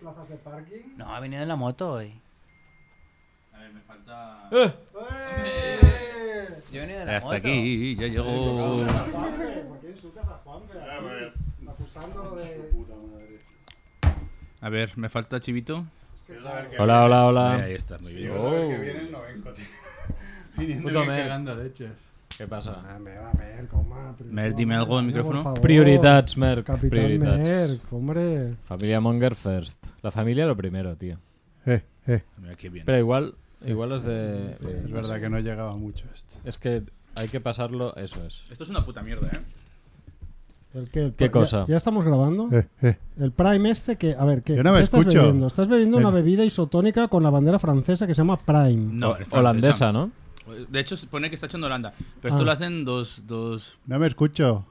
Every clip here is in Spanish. plazas de parking. No, ha venido en la moto hoy. A ver, me falta. ¡Eh! Yo he venido en la moto. Hasta aquí, ya llegó. Insultas a Juanfe, ¿Por qué insultas a Juanfe? Aquí, Acusándolo de. Puta madre. A ver, me falta Chivito. Es que, Quiero saber claro, qué Hola, hola, Ahí, hola. ahí está, muy viene. bien. Quiero saber qué viene el novenco, tío. Viniendo Puto bien men. cagando leches. Què passa? Ah, me va a ver, coma. pero- Mer, dime algo al Oye, por micrófono. favor, Prioritats, Merck. Capitán prioritats. Merck, hombre. Familia Monger first. La familia lo primero, tío. Eh, eh. Mira qué bien. Pero igual, igual es de... Es verdad que no llegaba mucho esto. Es que hay que pasarlo, eso es. Esto es una puta mierda, ¿eh? ¿El qué? ¿Qué Ya- cosa? ¿Ya estamos grabando? Eh, eh. El Prime este que... A ver, ¿qué, Yo no qué me estás escucho. bebiendo? Estás bebiendo una El- bebida isotónica con la bandera francesa que se llama Prime. No, Holandesa, ¿no? De hecho, se pone que está hecho en Holanda. Pero esto Ah. lo hacen dos. dos... No me escucho.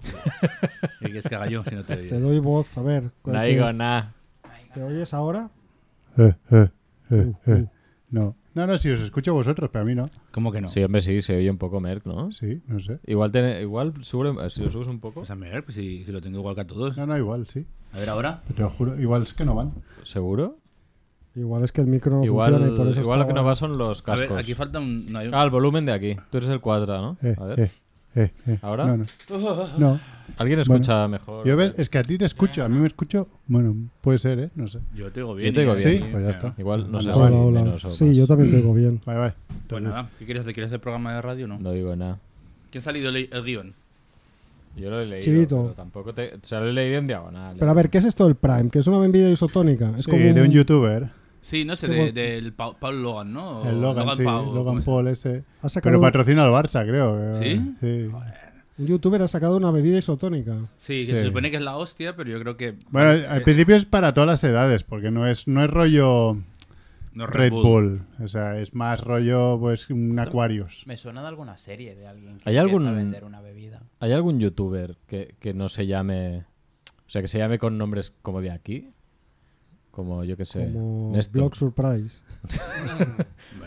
¿Qué quieres que haga yo si no te Te oye? doy voz, a ver. ¿cuál No te- digo nada. ¿Te oyes ahora? Eh, eh, eh, eh. No. No, no, si os escucho a vosotros, pero a mí no. ¿Cómo que no? Sí, hombre, sí, se oye un poco Merck, ¿no? Sí, no sé. Igual, tiene- igual sube, si lo subes un poco, Pues a ver, pues si, si lo tengo igual que a todos. No, no, igual, sí. A ver ahora. Pero te lo juro, igual es que no van. ¿seguro? Igual es que el micro no Igual, funciona y por eso igual lo que estaba- no va son los A cascos. ver, aquí falta un. No hay un... Ah, el volumen de aquí. Tú eres el cuadra, ¿no? Eh, A ver. eh, eh, eh. ¿Ahora? No, no. No. ¿Alguien escucha mejor? Yo ver, es que a ti te escucho, a mí me escucho. Bueno, puede ser, ¿eh? No sé. Yo te digo bien. Yo te digo ¿eh? bien. Sí, pues ya está. Igual no sé Hola, si Ah, Hola, hola. menos o Sí, más. yo también te oigo bien. Vale, vale. Pues nada, ¿qué quieres hacer? ¿Quieres hacer programa de radio o no? No digo nada. ¿Quién ha salido el el guión? Yo lo he leído. Chivito. Pero tampoco te. O sea, lo he leído en diagonal. ¿eh? Pero a ver, ¿qué es esto del Prime? ¿Que es una bebida isotónica? Es Sí, como de un youtuber. Sí, no sé, Qué de- bu- del Pau- Paul Oh, Logan, ¿no? O El Logan, sí. Paul, ¿cómo Logan se- Paul ese. Ha sacado, Pero patrocina al Barça, creo. eh, ¿Sí? un youtuber ha sacado una bebida isotónica. Sí, que Sí. se supone que es la hostia, pero yo creo que. Bueno, al eh, principio es para todas las edades, porque no es, no es rollo no, Red Bull. O sea, es más rollo, pues, un Aquarius. Me suena de alguna serie de alguien que ¿Hay empieza algún- a vender una bebida. ¿Hay algún youtuber que, que no se llame. O sea, que se llame con nombres como de aquí? Como yo que sé. Como Néstor. Blog Surprise.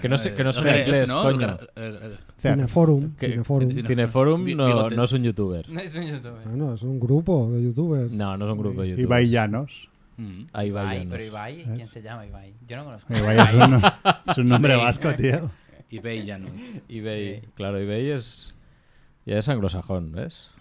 Que no, se, que no El suena GRF, inglés, ¿no? eh, El coño. GR- el- el- Cineforum. que- eh, Cineforum. Cine- Cineforum Bi- no, bigotes. no es un youtuber. No es un youtuber. Bueno, es un grupo de youtubers. No, no es un grupo de Y youtubers. Baillanos. Mm. Ahí va. Ibai, Llanos. pero Ibai, ¿quién se llama Ibai? Yo no conozco. Eh, es, un, es un nombre vasco, tío. Y Bellanos. eBay. Claro, eBay es. Ya es anglosajón, ¿ves?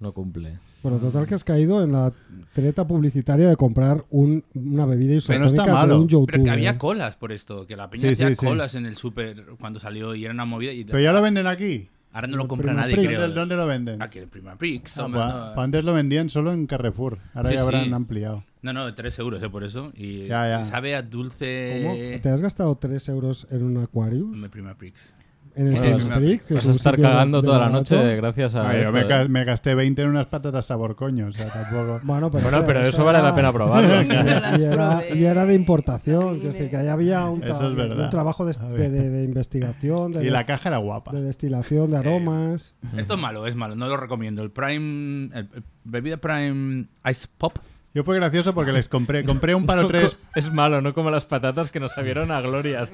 No cumple. Bueno, total que has caído en la treta publicitaria de comprar un- una bebida Pero no está isotónica de malo. un youtuber. Pero que había colas por esto, que la peña eh. Sí, hacía sí, sí. colas en el súper cuando salió y era una movida. Y Pero ya lo venden aquí. ahora no lo Lo compra Prima nadie, Prix. ¿Dónde, creo. dónde lo venden? Aquí el Prima Prix. Ah, hombre, pa- no. pa antes lo vendían solo en Carrefour. Ahora Sí, ya habrán sí. ampliado. No, no, 3 euros, ¿eh? Por eso. Y Ya, ya. sabe a ¿Cómo? dulce. ¿Te has gastado 3 euros en un Aquarius? Hombre, Prima Prix. En el Bueno, Prix, vas a- Prix, que Vas es a un estar sitio cagando de toda la barato. noche gracias a. Ah, yo esto, me, ¿eh? ca- me gasté 20 en unas patatas sabor coño. O sea, tampoco. Bueno, pero, Bueno, espera, pero eso vale la era- pena probarlo. Y era, Las y era- probé. y era de importación, es decir, que ahí había un, Eso tra- es verdad. un trabajo de, A de- ver. de- de investigación, de, Y la des- caja era guapa. de destilación Eh, de aromas. Esto es malo, es malo, no lo recomiendo. El Prime. el- el bebida Prime Ice Pop. Yo fue gracioso porque les compré. Compré un paro No co- tres. Es malo, no como las patatas que nos sabieron a glorias.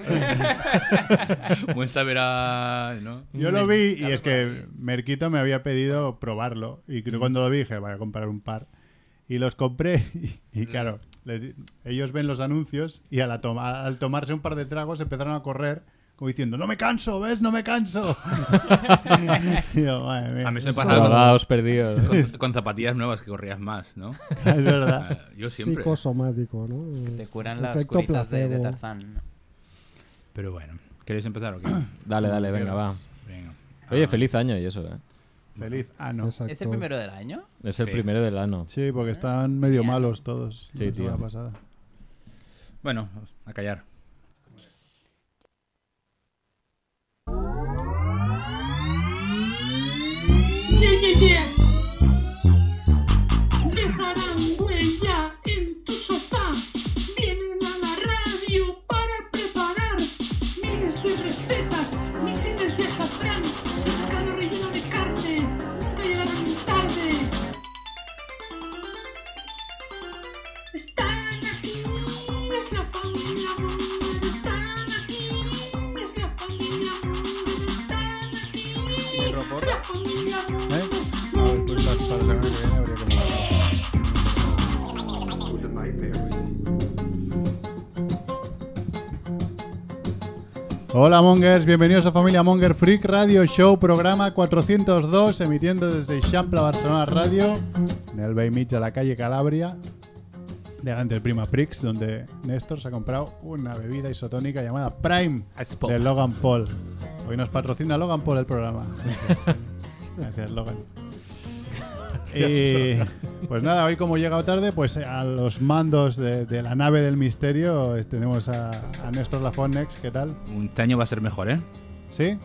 Buen saber a. ¿no? Yo lo vi y es que Merquito me había pedido probarlo. Y Mm. yo cuando lo vi dije, voy a comprar un par. Y los compré y, y Mm. claro, le di- ellos ven los anuncios y a la toma- al tomarse un par de tragos empezaron a correr como diciendo, no me canso, ¿ves? No me canso. Y yo, madre mía. A mí se me pasaba Drogados, perdidos. con, con- con zapatillas nuevas que corrías más, ¿no? Es verdad. Ah, Yo siempre. Psicosomático, ¿no? Te curan las Efecto curitas de, de placebo. Tarzán. Pero bueno, ¿queréis empezar o qué? Dale, dale, venga, va. Venga. Oye, Ah, feliz año y eso, ¿eh? Feliz ano. Exacto. ¿Es el primero del año? Es el Sí. primero del ano. Sí, porque están medio malos todos. Sí, la semana tío. pasada. Bueno, a callar. Yeah, yeah, yeah. Dejarán huella en tu sofá. Vienen a la radio para preparar miles de recetas, misiles de azafrán, pescado relleno de carne. Nunca llegarán tarde. Están aquí, es la familia Munger. Están aquí, es la familia Munger. Están aquí, es la familia Munger. ¿Eh? A ver, pues para, para la semana que viene habría que Hola Mongers, bienvenidos a Familia Monger Freak Radio Show, programa 402, emitiendo desde Champla Barcelona Radio, en el Bay Mitch a la calle Calabria, delante del Prima Prix, donde Néstor se ha comprado una bebida isotónica llamada Prime Ice Pop. de Logan Paul. Hoy nos patrocina Logan Paul el programa. Gracias, Gracias, Logan. Y, pues nada, hoy como he llegado tarde, pues a los mandos de, de la nave del misterio eh, tenemos a, a Néstor Lafonex, ¿qué tal? Montaño va a ser mejor, ¿eh? ¿Sí?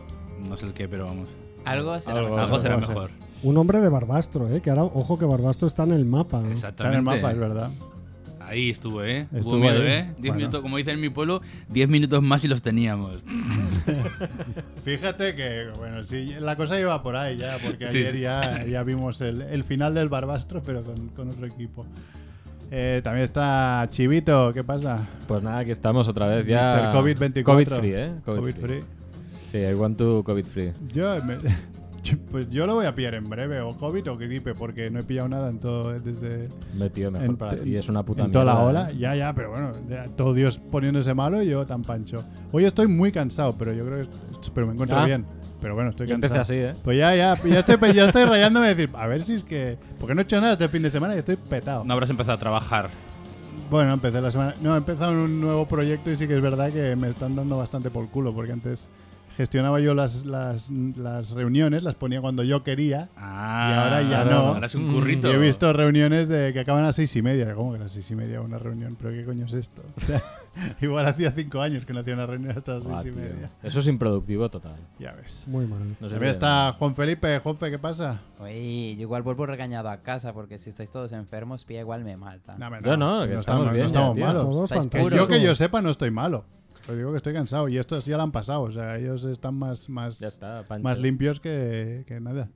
No sé el qué, pero vamos. Algo será Algo, mejor. Algo será vamos a mejor. Un hombre de Barbastro, ¿eh? Que ahora, ojo que Barbastro está en el mapa. ¿eh? Está en el Exactamente. mapa, es verdad. Ahí estuve, ¿eh? Estuvo Hubo miedo, ahí. ¿eh? Diez Bueno. minutos, como dicen en mi pueblo, 10 minutos más y los teníamos. Fíjate que, bueno, sí, la cosa iba por ahí ya, porque Sí, ayer sí. Ya, ya vimos el, el final del Barbastro, pero con, con otro equipo. Eh, también está Chivito, ¿qué pasa? Pues nada, aquí estamos otra vez ya. Mr. COVID-24. COVID-free, ¿eh? COVID-free. Sí, I want to COVID-free. Yo, me- yo- pues yo lo voy a pillar en breve, o COVID o gripe, porque no he pillado nada en todo desde Hombre, tío, mejor en- para ti. Es una puta en toda la mierda, ola. ¿eh? Ya, ya, pero bueno, ya, todo Dios poniéndose malo y yo tan pancho. Hoy estoy muy cansado, pero yo creo que pero me encuentro Ah. bien. Pero bueno, estoy Yo cansado. empecé así, ¿eh? Pues ya, ya, ya estoy, pe- ya estoy rayándome de decir, a ver si es que. Porque no he hecho nada este fin de semana y estoy petado. No habrás empezado a trabajar. Bueno, empecé la semana. No, he empezado en un nuevo proyecto y sí que es verdad que me están dando bastante por culo, porque antes gestionaba yo las, las, las reuniones, las ponía cuando yo quería. Ah, Y ahora ya no. Mm, Ahora es un currito. Yo he visto reuniones de que acaban a seis y media. ¿Cómo que a las seis y media una reunión? ¿Pero qué coño es esto? O sea, igual hacía cinco años que no hacía una reunión hasta las Buah, seis y tío. media. Eso es improductivo total. Ya ves. Muy mal. No sirve También de nada. está Juan Felipe. Juanfe, ¿qué pasa? Oye, yo igual vuelvo regañado a casa porque si estáis todos enfermos, Pía igual me mata. No, hombre, Yo no, que estamos bien No ya, estamos tío. malos. Todos Estáis Pues fantásticos. puros. yo que yo sepa no estoy malo. Os digo que estoy cansado y estos ya lo han pasado. O sea, ellos están más, más, Ya está, Pancho. más limpios que, que nada.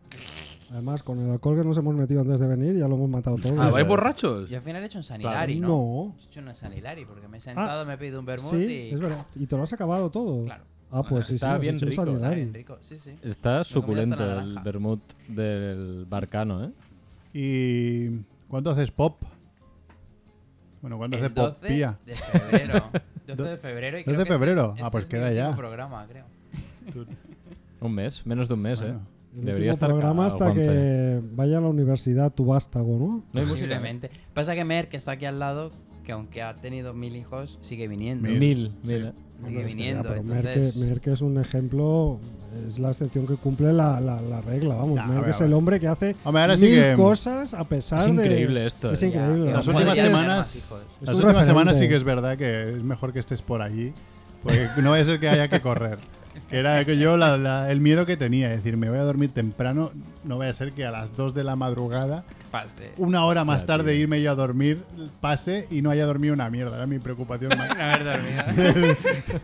Además, con el alcohol que nos hemos metido antes de venir, ya lo hemos matado todo. Ah, ¿vais borrachos? Yo al final he hecho un sanilari, no. ¿no? He hecho un sanilari porque me he sentado, me he pedido un vermut Sí, y. es verdad. Y te lo has acabado todo. Claro. Ah, pues sí, sí, Está has bien hecho un rico, está Está sanilari. bien rico, sí, sí. Está suculento hasta la el naranja. vermut del barcano, ¿eh? ¿Y cuánto haces pop? Bueno, ¿cuánto hace El pop, 12 pía? de febrero. 12 de febrero. Y creo 12 de que este febrero. es- Ah, este pues es mi queda ya. último programa, creo. Un mes, menos de un mes, Bueno. ¿eh? El Debería último estar programa cagado, hasta Juanfe. que vaya a la universidad tu vástago, ¿no? No hay música. Posiblemente. Pasa que Mer, que está aquí al lado, que aunque ha tenido mil hijos, sigue viniendo. Mil, mil. Hombre, Sigue ¿eh? es que ya, viniendo. pero entonces, Merck, Merck es un ejemplo, es la excepción que cumple la, la- la regla, vamos. Nah, a Merck ver, es a ver. el hombre que hace Hombre, ahora mil sí que- cosas a pesar Es de... increíble esto, Es eh. increíble. Ya, la Las Bueno, verdad. últimas ya tenemos semanas, más hijos. Es las un últimas semanas sí referente. que es verdad que es mejor que estés por allí, porque no vaya a ser que haya que correr. Que era que yo la- la- el miedo que tenía, es decir, me voy a dormir temprano, no vaya a ser que a las 2 de la madrugada, pase. una hora más Ya, tarde tío. irme yo a dormir, pase y no haya dormido una mierda, era mi preocupación más. No haber dormido.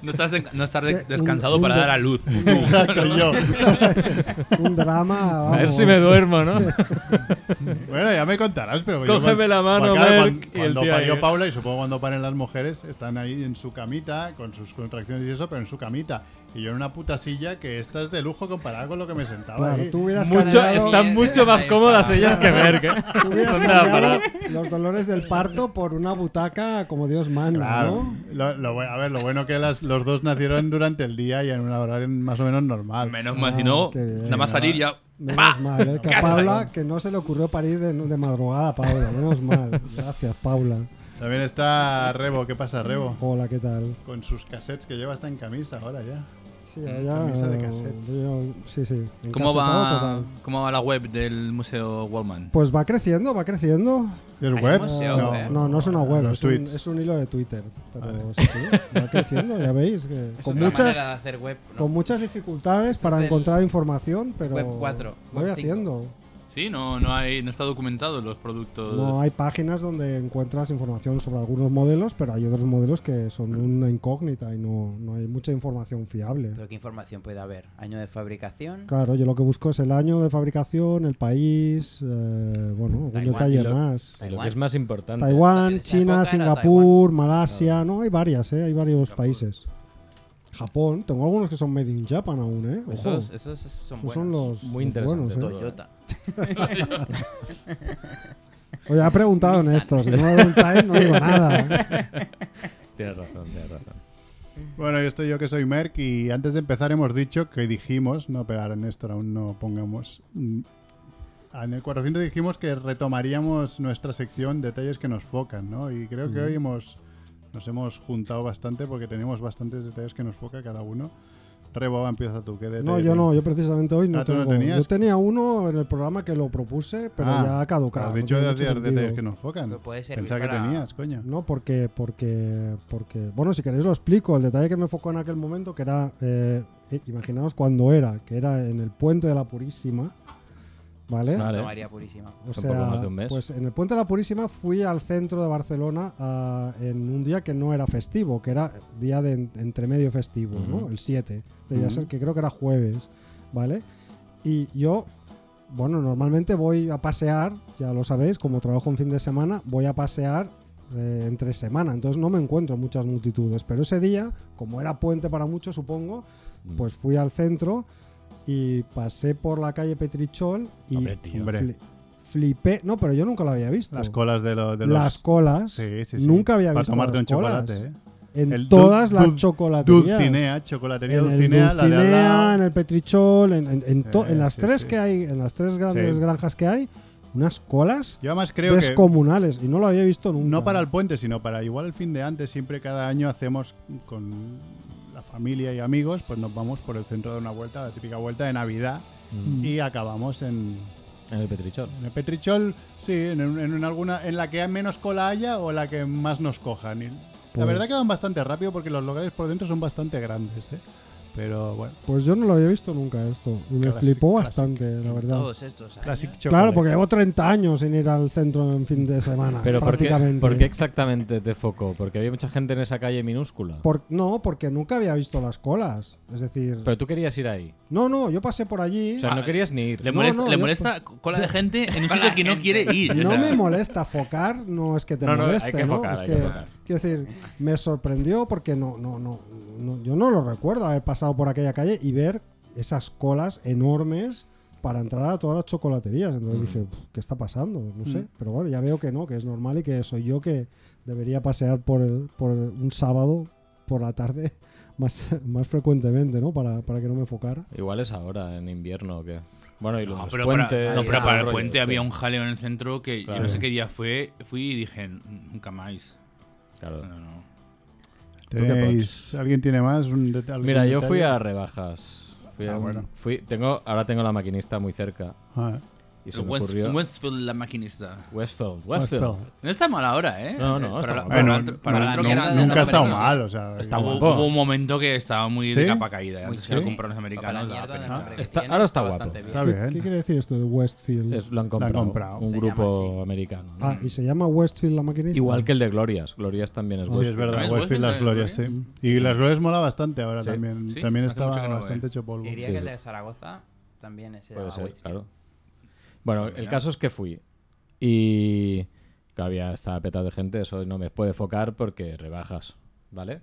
No estás, en- no estar Eh, un- descansado un para de- dar a luz. Exacto, yo. Un drama, A ver vamos. si me duermo, ¿no? Bueno, ya me contarás, pero... yo Cógeme me- la mano, Bueno, claro, Merck, cuan- y el Cuando, día parió ayer. Paula, y supongo cuando paren las mujeres, están ahí en su camita, con sus contracciones y eso, pero en su camita. Y yo en una puta silla que esta es de lujo comparada con lo que me sentaba Claro, ahí. tú hubieras Mucho, cambiado- están mucho más cómodas ellas que Merck, ¿eh? Tú hubieras Son nada cambiado para- los dolores del parto por una butaca como Dios manda, Claro. ¿no? Lo- lo bu- a ver, lo bueno que las, los dos nacieron durante el día y en un horario más o menos normal. Menos mal, Ah, si no, qué bien. nada más salir ya. Menos ¡pa! mal, ¿eh? que a Caza. Paula, que no se le ocurrió parir de, de madrugada, Paula. Menos mal. Gracias, Paula. También está Rebo. ¿Qué pasa, Rebo? Hola, ¿qué tal? Con sus cassettes que lleva hasta en camisa ahora ya. Sí, allá. Camisa de cassettes. Mm, yo- sí, sí. en ¿Cómo casa todo va, total. ¿Cómo va la web del Museo Wallman? Pues va creciendo, va creciendo. ¿Es Hay web? museo, no, eh. No, no es una web, Los es un, tweets. es un hilo de Twitter. Pero Vale. sí, sí, va creciendo, ya veis. que Es con, otra muchas, manera de hacer web, ¿no? Este con muchas dificultades para es el encontrar información, pero. web cuatro, voy web cinco. haciendo. Sí, no, no, hay, no está documentado los productos. No hay páginas donde encuentras información sobre algunos modelos, pero hay otros modelos que son una incógnita y no, no hay mucha información fiable. Pero qué información puede haber. Año de fabricación. Claro, yo lo que busco es el año de fabricación, el país, eh, bueno, un Taiwán, detalle y lo- más. Y Lo Taiwán. que es más importante. Taiwán, Esa China, época era Singapur, Malasia, no, hay varias, ¿eh? hay varios países. Japón, tengo algunos que son made in Japan aún, ¿eh? Ojo, Esos, esos esos son son buenos. los, Muy los interesante buenos, ¿eh? todo. Toyota. Oye, ha preguntado en Nissan. estos, si no me preguntáis no digo nada. ¿eh? Tienes razón, tienes razón. Bueno, yo estoy yo que soy Merck y antes de empezar hemos dicho que dijimos, no, pero ahora en esto aún no pongamos. mm, En el 400 dijimos que retomaríamos nuestra sección detalles que nos focan, ¿no? Y creo que hoy hemos nos hemos juntado bastante porque tenemos bastantes detalles que nos foca cada uno. Reboba, empieza tú, ¿qué No, detalle yo te- no, yo precisamente hoy no Ah, ¿tú no tengo. tenías? yo tenía uno en el programa que lo propuse, pero Ah, ya ha caducado. Has no dicho tiene de mucho hacer detalles sentido. que nos focan. Pero puede servir Pensaba que para- tenías, coño. No, porque, porque, porque, bueno, si queréis lo explico. El detalle que me focó en aquel momento, que era, eh, eh, imaginaos cuando era, que era en el puente de la Purísima, ¿vale? Vale. María Purísima. O Hace sea, poco más de un mes. pues en el puente de la Purísima fui al centro de Barcelona ah, en un día que no era festivo, que era día de en- entremedio festivo, ¿no? El 7. Debía Ujú. ser que creo que era jueves, ¿vale? Y yo, bueno, normalmente voy a pasear, ya lo sabéis, como trabajo en fin de semana, voy a pasear eh, entre semana, entonces no me encuentro muchas multitudes, pero ese día, como era puente para muchos, supongo, Mm. pues fui al centro y pasé por la calle Petrichol y Hombre, tío. Hombre. fli- flipé. No, pero yo nunca lo había visto. Las colas de, lo- de los... Las colas. Sí, sí, sí. Nunca había Para visto tomarte las un colas. chocolate, ¿eh? En El todas dul- las dul- chocolaterías. Dulcinea, chocolatería En el Dulcinea, la de al Dulcinea, en lado. el Petrichol, en, en- en to- Eh, en las sí, tres sí. que hay, en las tres grandes Sí. granjas que hay, unas colas Yo además creo que descomunales y no lo había visto nunca. no para el puente, sino para igual el fin de antes, siempre cada año hacemos con la familia y amigos, pues nos vamos por el centro de una vuelta, la típica vuelta de Navidad Mm. y acabamos en, En el Petrichol. en el Petrichol, sí, en, un- en un- alguna en la que menos cola haya o la que más nos cojan. Y la Pues- verdad que van bastante rápido porque los locales por dentro son bastante grandes, ¿eh? Pero bueno, Pues yo no lo había visto nunca esto y me Classic, flipó classic. bastante, la verdad. Todos estos. años. Classic Claro, Chocolate. porque llevo 30 años sin ir al centro en fin de semana. Pero ¿por qué, prácticamente. por qué exactamente te focó? Porque había mucha gente en esa calle minúscula. Por- no, porque nunca había visto las colas. Es decir, Pero tú querías ir ahí. no, no, yo pasé por allí. O sea, Ah, no querías ni ir. No, Le molesta, no, le yo- molesta cola de gente en un sitio que no quiere ir. o no sea. me molesta focar, no es que te No, no, hay moleste, que ¿no? focar, es hay que, que focar. quiero decir, me sorprendió porque no, no, no, no- yo no lo recuerdo haber pasado por aquella calle y ver esas colas enormes para entrar a todas las chocolaterías. Mm. Entonces dije, "Pf, ¿qué está pasando? No sé, pero bueno, ya veo que no, que es normal y que soy yo que debería pasear por, el- por el- un sábado por la tarde más, más frecuentemente, ¿no? Para, para que no me focara. Igual es ahora, en invierno o qué. Bueno, y los No, los pero puentes, para, no, pero los para el rollos, puente pero- había un jaleo en el centro que yo Claro. no sé qué día fue. Fui y dije, nunca más. Claro. No, no. ¿Tú qué ¿Tenéis- ¿Alguien tiene más? Un deta- algún Mira, yo detalle? fui a rebajas. Fui a Ah, un- bueno. fui- tengo, ahora tengo la maquinista muy cerca. Ah, Y se El me West- ocurrió. Westfield, la maquinista. Westfield. Westfield. Westfield. No está mal ahora, ¿eh? No, para, no, está la- mal. para Bueno, el antro- para el no, antro no, que era- Nunca ha estado Pero- mal, o sea. Está igual- Hubo, guapo. hubo un momento que estaba muy ¿Sí? de capa caída. Antes Muy que lo sí. compraron los Para la americanos. daba mierda de pena. nombre que Está- tiene, ahora está guapo. bastante bien. Está ¿Qué, bien. qué quiere decir esto de Westfield? Es- lo han La han comprado. comprado. Un Se llama grupo así. americano. Ah, y se llama Westfield la maquinista. Igual que el de Glorias. Glorias también es Sí, es Westfield. verdad, ¿También es Westfield Westfield Las Glorias, también? sí. Y Las Glorias mola bastante ahora Sí. también. Sí, También hace estaba mucho que no voy. bastante hecho polvo. Diría Sí, que sí. el de Zaragoza también es Puede era ser, Whitfield. claro. Bueno, el Mira. caso es que fui. Y que había, estaba petado de gente, eso no me puede focar porque rebajas, ¿vale?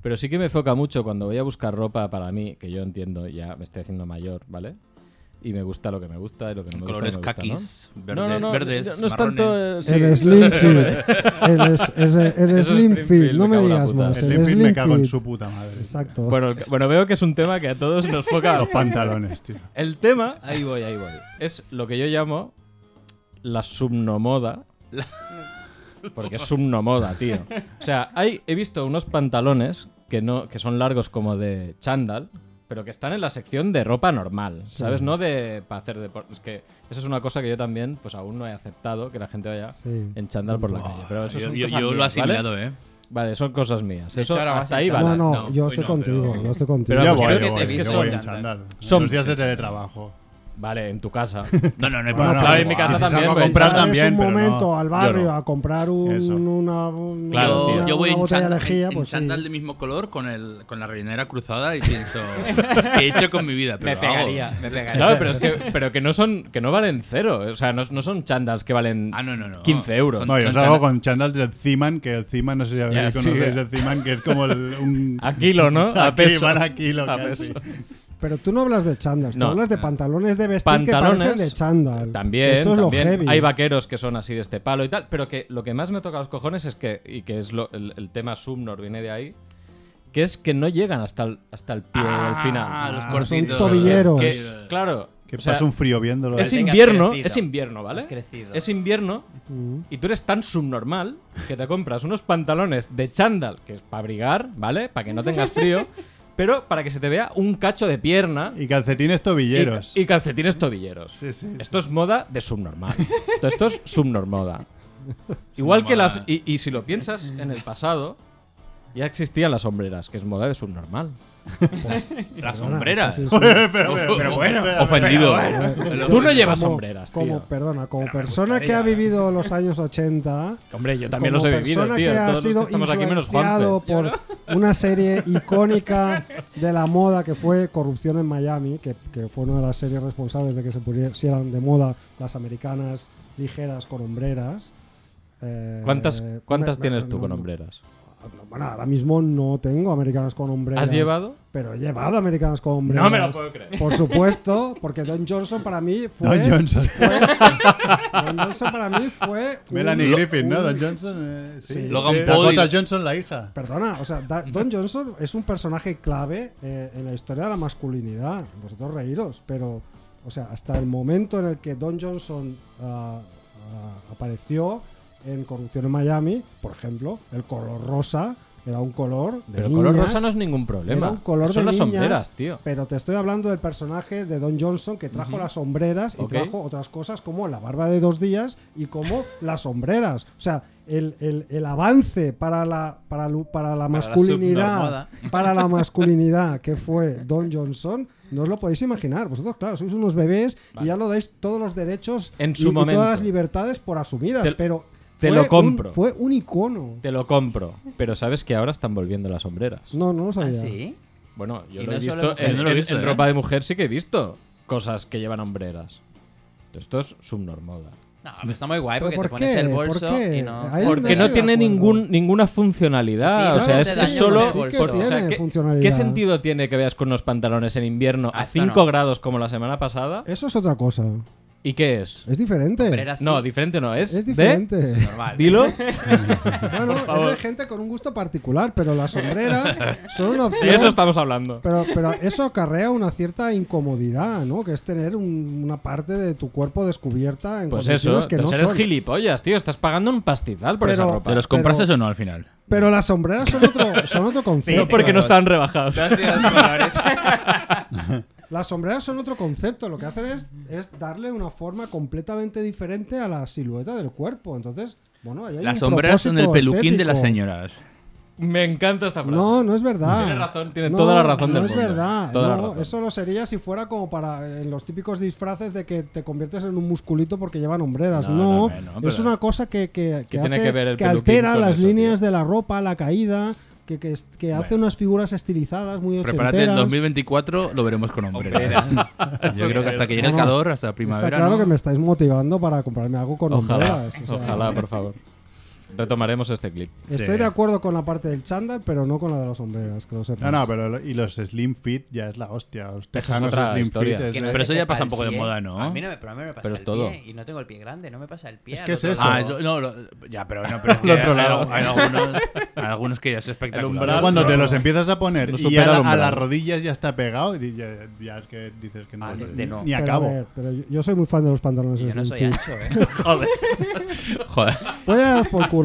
Pero sí que me foca mucho cuando voy a buscar ropa para mí, que yo entiendo, ya me estoy haciendo mayor, ¿vale? Y me gusta lo que me gusta y lo que no me Colores gusta. no me gusta, caquis, ¿no? verdes, no, no, no, verdes, no es tanto. marrones. eh, sí. El Slim Fit. El, es- es- el Eso es Slim Fit, Slim Fit, no me me cago en la digas puta. más. El El, Slim Fit Slim me cago en Fit. su puta madre. tío. Exacto. Bueno, el- bueno, veo que es un tema que a todos nos foca Los pantalones, tío. El tema, ahí voy, ahí voy. Es lo que yo llamo la subnomoda. Porque es subnomoda, tío. O sea, hay, he visto unos pantalones que, no, que son largos como de chándal, pero que están en la sección de ropa normal, ¿sabes? No de para hacer deporte. Es que esa es una cosa que yo también, pues aún no he aceptado que la gente vaya Sí. en chándal por la calle. Pero eso yo son yo- yo cosas lo he mías, ¿vale? asimilado, ¿eh? Vale, son cosas mías. De hecho, Eso, ahora vas hasta en ahí va. chándal. No, la- no, no, yo hoy estoy no, contigo, pero- yo estoy contigo. Pero yo vamos, voy, creo yo que voy, es que yo son- voy en chándal. son- Los días de teletrabajo. Vale, en tu casa. No, no, no hay Bueno, problema. no, en mi casa si salgo también, a pues, comprar Sales también, un pero no- momento al barrio yo no. a comprar un- Eso. una, un- Claro, una- tío. yo voy una en, botella chan- de lejía, en- en pues sí. chándal del mismo color con, el, con la rellenera cruzada y pienso, ¿qué he hecho con mi vida? Pero Me lo hago. pegaría, me pegaría. Claro, pero es que, pero que no son que no valen cero. O sea, no, no son chandals que valen Ah, no, no, no. 15 euros. Son- No, yo son salgo chándal- con chándal del Ziman, que el Ziman, no sé si habéis Ya, sí, conocéis eh. el Ziman, que es como el, un... A kilo, ¿no? A Aquí peso. van a kilo A casi. peso. Pero tú no hablas de chándal, tú No. hablas de pantalones de vestir que Pantalones, parecen de chándal. También, Esto es también. lo heavy. hay vaqueros que son así de este palo y tal, pero que lo que más me toca los cojones es que, y que es lo- el, el tema Subnor viene de ahí, que es que no llegan hasta el, hasta el pie al final. Ah, los Ah, cortitos. son tobilleros. Que, Sí. claro, Que o sea, pasa un frío viéndolo. es Tengas invierno, crecido. es invierno, ¿vale? Has crecido. Es invierno Mm. y tú eres tan subnormal que te compras unos pantalones de chándal, que es para abrigar, ¿vale? Para que no tengas frío, pero para que se te vea un cacho de pierna Y calcetines y, tobilleros. y calcetines tobilleros. Esto es moda de subnormal. Esto, esto es subnormoda. Igual que las. Y, y si lo piensas, en el pasado ya existían las sombreras, que es moda de subnormal. Las Perdona, estás sombreras. insultando. pero bueno, ofendido. Tú no llevas Como- sombreras, tío. Como, perdona, como persona que ha vivido los años 80, Hombre, yo también como los he vivido, persona tío. que ha Todos los sido que estamos aquí menos influenciado Juanfe. por una serie icónica de la moda que fue Corrupción en Miami, que, que fue una de las series responsables de que se pusieran de moda las americanas ligeras con hombreras. Eh, ¿Cuántas, me- cuántas me- tienes tú no, con no. hombreras? Bueno, ahora mismo no tengo americanas con hombreras. ¿Has llevado? Pero he llevado americanas con hombreras. creer. Por supuesto, porque Don Johnson para mí fue. Don Johnson. Don Johnson para mí fue. un- Melanie Griffin, ¿no? un- Don Johnson. eh, sí. Sí. Logan Paul. Dakota Johnson, la hija. Perdona, o sea, Da- Don Johnson es un personaje clave eh, en la historia de la masculinidad. Vosotros reíros, pero, o sea, hasta el momento en el que Don Johnson ah, ah, apareció en Corrupción en Miami, por ejemplo, el color rosa era un color de Pero el color niñas, rosa no es ningún problema. era un color Son de las niñas, sombreras, tío. Pero te estoy hablando del personaje de Don Johnson que trajo las sombreras y Ok. trajo otras cosas como la barba de dos días y como las sombreras. O sea, el, el- el avance para la, para, lu- para la masculinidad, subnormada. para la masculinidad que fue Don Johnson, no os lo podéis imaginar. Vosotros, claro, sois unos bebés y ya lo dais todos los derechos En y- su y, momento. todas las libertades por asumidas, Te- pero te fue lo un- compro. fue un icono. Te lo compro. Pero sabes que ahora están volviendo las sombreras. No, no lo ¿Ah, sabía. sí? Bueno, yo Y lo no he solo visto. mujeres. En, Yo no lo he en- visto, en ¿eh? ropa de mujer sí que he visto cosas que llevan hombreras. Esto es subnormoda. No, pero está muy guay ¿Pero porque por te pones qué? el ¿Por bolso qué? y no. Ahí Porque estoy no de tiene acuerdo. ningún, ninguna funcionalidad. Sí, o claro, sea, te es, daña es solo. con el por- bolso. o sea, Tiene ¿qué- funcionalidad. ¿Qué sentido tiene que veas con unos pantalones en invierno a Hasta 5 Ah, no. grados como la semana pasada? Eso es otra cosa. ¿Y qué es? Es diferente. Pero era así. No, diferente no es. es de- diferente. normal. Dilo. Bueno, es de gente con un gusto particular, pero las sombreras son una opción. De eso estamos hablando. pero, pero eso acarrea una cierta incomodidad, ¿no? Que es tener un- una parte de tu cuerpo descubierta en Pues condiciones eso, que pues no eres son. gilipollas, tío. Estás pagando un pastizal por Pero- esa ropa. ¿Te los Pero- compraste o no al final? Pero las sombreras son otro, son otro concepto. No porque no los- están rebajados. Las sombreras son otro concepto. Lo que hacen es, es darle una forma completamente diferente a la silueta del cuerpo. Entonces, bueno, ahí hay Las un sombreras son el propósito peluquín de las estético. señoras. Me encanta esta frase. No, no es verdad. Tiene razón, tiene toda la razón no del es mundo. verdad. Toda la No, razón. Eso lo sería si fuera como para eh, los típicos disfraces de que te conviertes en un musculito porque llevan hombreras. No, No, no, no, es pero- una cosa que, que, que tiene hace- que ver el que peluquín altera con las eso, líneas tío? de la ropa, la caída, que, que, es- que hace unas figuras estilizadas muy ochenteras. Prepárate, en 2024 lo veremos con hombreras. Yo creo que hasta que llegue el No, no. calor, hasta Está primavera. claro ¿no? que me estáis motivando para comprarme algo con Ojalá, hombreras. o sea, ojalá, por favor. Retomaremos este clip. Estoy de acuerdo con la parte del chándal, pero no con la de las sombreras, que lo No, sepas. no, pero lo- y los Slim Fit ya es la hostia. Los tejanos otra Slim historia. Fit. es Que de- no Pero te eso ya quepa pasa el un poco de pie. moda, ¿no? A mí no me, pero a mí no me pasa Pero es el todo. pie y no tengo el pie grande, no me pasa el pie. Es al que es otro eso. lado. Ah, eso- no, lo- ya, pero, no, pero es que Lo otro hay- lado. Hay, algunos, hay algunos que ya es espectacular. El umbral. Cuando te No. em- los empiezas a poner No y supera a, la- el umbral. a las rodillas ya está pegado, y ya, ya es que dices que no. Ah, este no. Ni Pero, acabo. a ver, pero yo- yo soy muy fan de los pantalones. Yo slim no soy fit. ancho, ¿eh? Joder. Joder. Voy a dar por culo.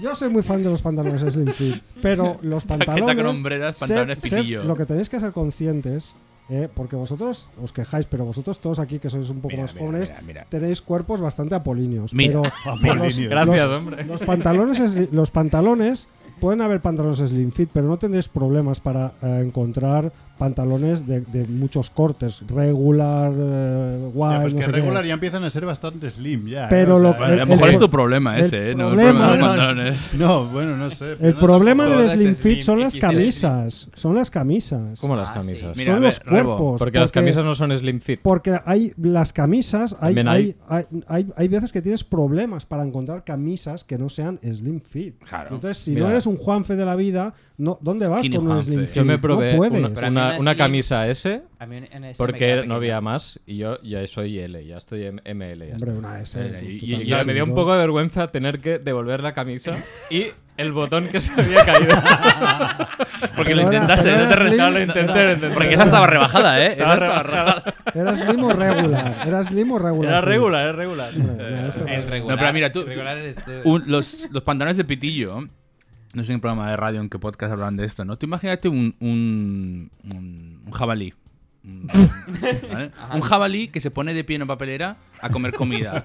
Yo soy muy fan de los pantalones Slim Fit, pero los Chaqueta pantalones. con hombreras, sed- pantalones sed- pitillo. Lo que tenéis que ser conscientes, eh, porque vosotros os quejáis, pero vosotros todos aquí que sois un poco Mira, más mira, jóvenes, mira, mira. tenéis cuerpos bastante apolinios. Mira, pero apolinios. los- Gracias, los- hombre. Los pantalones, es- los pantalones pueden haber pantalones slim fit, pero no tendréis problemas para eh, encontrar pantalones de, de muchos cortes, regular, eh, Ya, wide, pues no que sé qué. regular ya empiezan a ser bastante slim ya. ¿eh? Pero O lo- sea, Bueno, a lo El- mejor el- es tu problema el ese, ¿eh? No el problema problema ¿eh? de los es- pantalones. No, bueno, no sé. El problema del Todas slim slim, fit son las XS. camisas, son las camisas. Como las Ah, camisas. sí. Mira, a son ver, los Rebo, cuerpos. Pues Porque las camisas no son slim fit. Porque hay las camisas, hay, También hay- hay, hay, hay- hay veces que tienes problemas para encontrar camisas que no sean slim fit. Claro. Entonces, si Mira. no eres un Juanfe de la vida, no, ¿dónde vas Skinny con un Juanfe. slim Yo fit? Yo me probé no puedes. una, Pero a mí una una, una una slip. camisa S A mí en- en ese me queda porque no había pequeño. más y yo ya soy L, ya estoy en ML. ya está. Hombre, una S. tú- eh, Y, tú y- también y ahora has me dio un sido- poco de vergüenza tener que devolver la camisa y el botón que se había caído. Porque lo Pero era- intentaste, pero no te era rentaba, slim, lo intenté, lo intentaste. intenté. Porque esa estaba rebajada, ¿eh? Estaba Esa estaba rebajada. rebajada. Eras limo regular. Eras limo regular. Era sí. regular, era regular. Hombre, una S El regular. regular. No, pero mira, tú- tú- regular eres Uh, tú. Un- los, los pantalones de pitillo. No sé en qué programa de radio, en qué podcast hablan de esto, ¿no? Tú imagínate un, un, un- un jabalí. Un, ¿vale? Un jabalí que se pone de pie en una papelera a comer comida.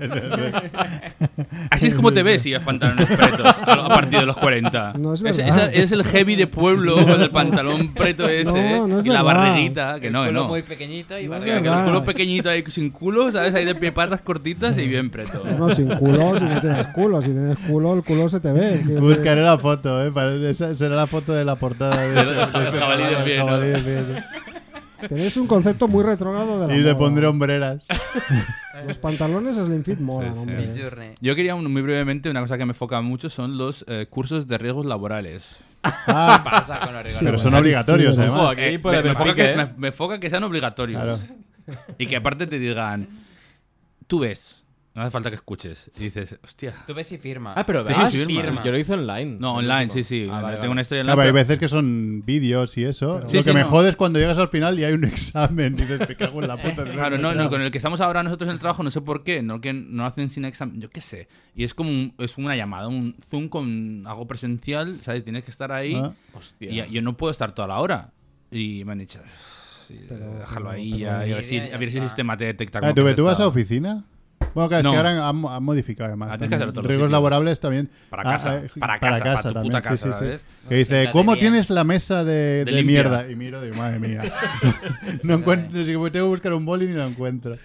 Así es como te ves si los pantalones pretos a a partir de los 40. No, es ese, verdad. ese es el heavy de pueblo con el pantalón preto ese No, no es y la verdad. barriguita, que El no, que culo no. muy pequeñito y No es barriga. Que el verdad. culo pequeñito ahí sin culo, ¿sabes? Ahí de pie patas cortitas y bien preto. No, sin culo, si no tienes culo. Si tienes culo, el culo se te ve. Quiero decir, Buscaré la foto, ¿eh? Para- esa será la foto de la portada de este, de este jabalí de programa, pie, el jabalí ¿no? de pie. Tenéis un concepto muy retrógrado de la Y le moda. pondré hombreras. Ah, Los pantalones Slim Fit molan, Sí, sí. hombre. Midjourney. Yo quería un- muy brevemente, una cosa que me foca mucho son los eh, cursos de riesgos laborales. Ah, Pasa con los pero regular. son obligatorios, Sí, además. Ojo, aquí puede me, me haber foca pique, que, ¿eh? me- me foca que sean obligatorios. Claro. Y que aparte te digan, tú ves, no hace falta que escuches. Y dices, hostia. Tú ves si firma. Ah, pero Tienes ¿ves? firma. Yo lo hice online. No, el online, sí, último. sí. Ah, vale, tengo vale. una historia en Claro, hay la veces que son vídeos y eso. Sí, Lo sí, que me no. jode es cuando llegas al final y hay un examen. Dices, me cago en la puta. tengo Claro, un no, no, examen. con el que estamos ahora nosotros en el trabajo, no sé por qué, no, que no hacen sin examen, yo qué sé. Y es como un- es una llamada, un Zoom con algo presencial, ¿sabes? Tienes que estar ahí. Ah. Hostia. Y ya- yo no puedo estar toda la hora. Y me han dicho, "Sí, déjalo ahí ya, y a ver si, ya a ver si el está. sistema te detecta. Ah, como ¿tú, que has tú vas a estado". oficina? Bueno, claro, es No. que ahora han, han modificado además. Ah, tienes que también. hacerlo todos los Riesgos sitios. laborales también. Para Ah, casa, ah, para casa, para tu puta también, sí, casa, sí, sí. ¿sabes? Que dice, siéntate ¿cómo bien". tienes la mesa de, De de limpia. mierda? Y miro, digo, madre mía. no encuentro, sí, tengo que buscar un boli y ni lo encuentro.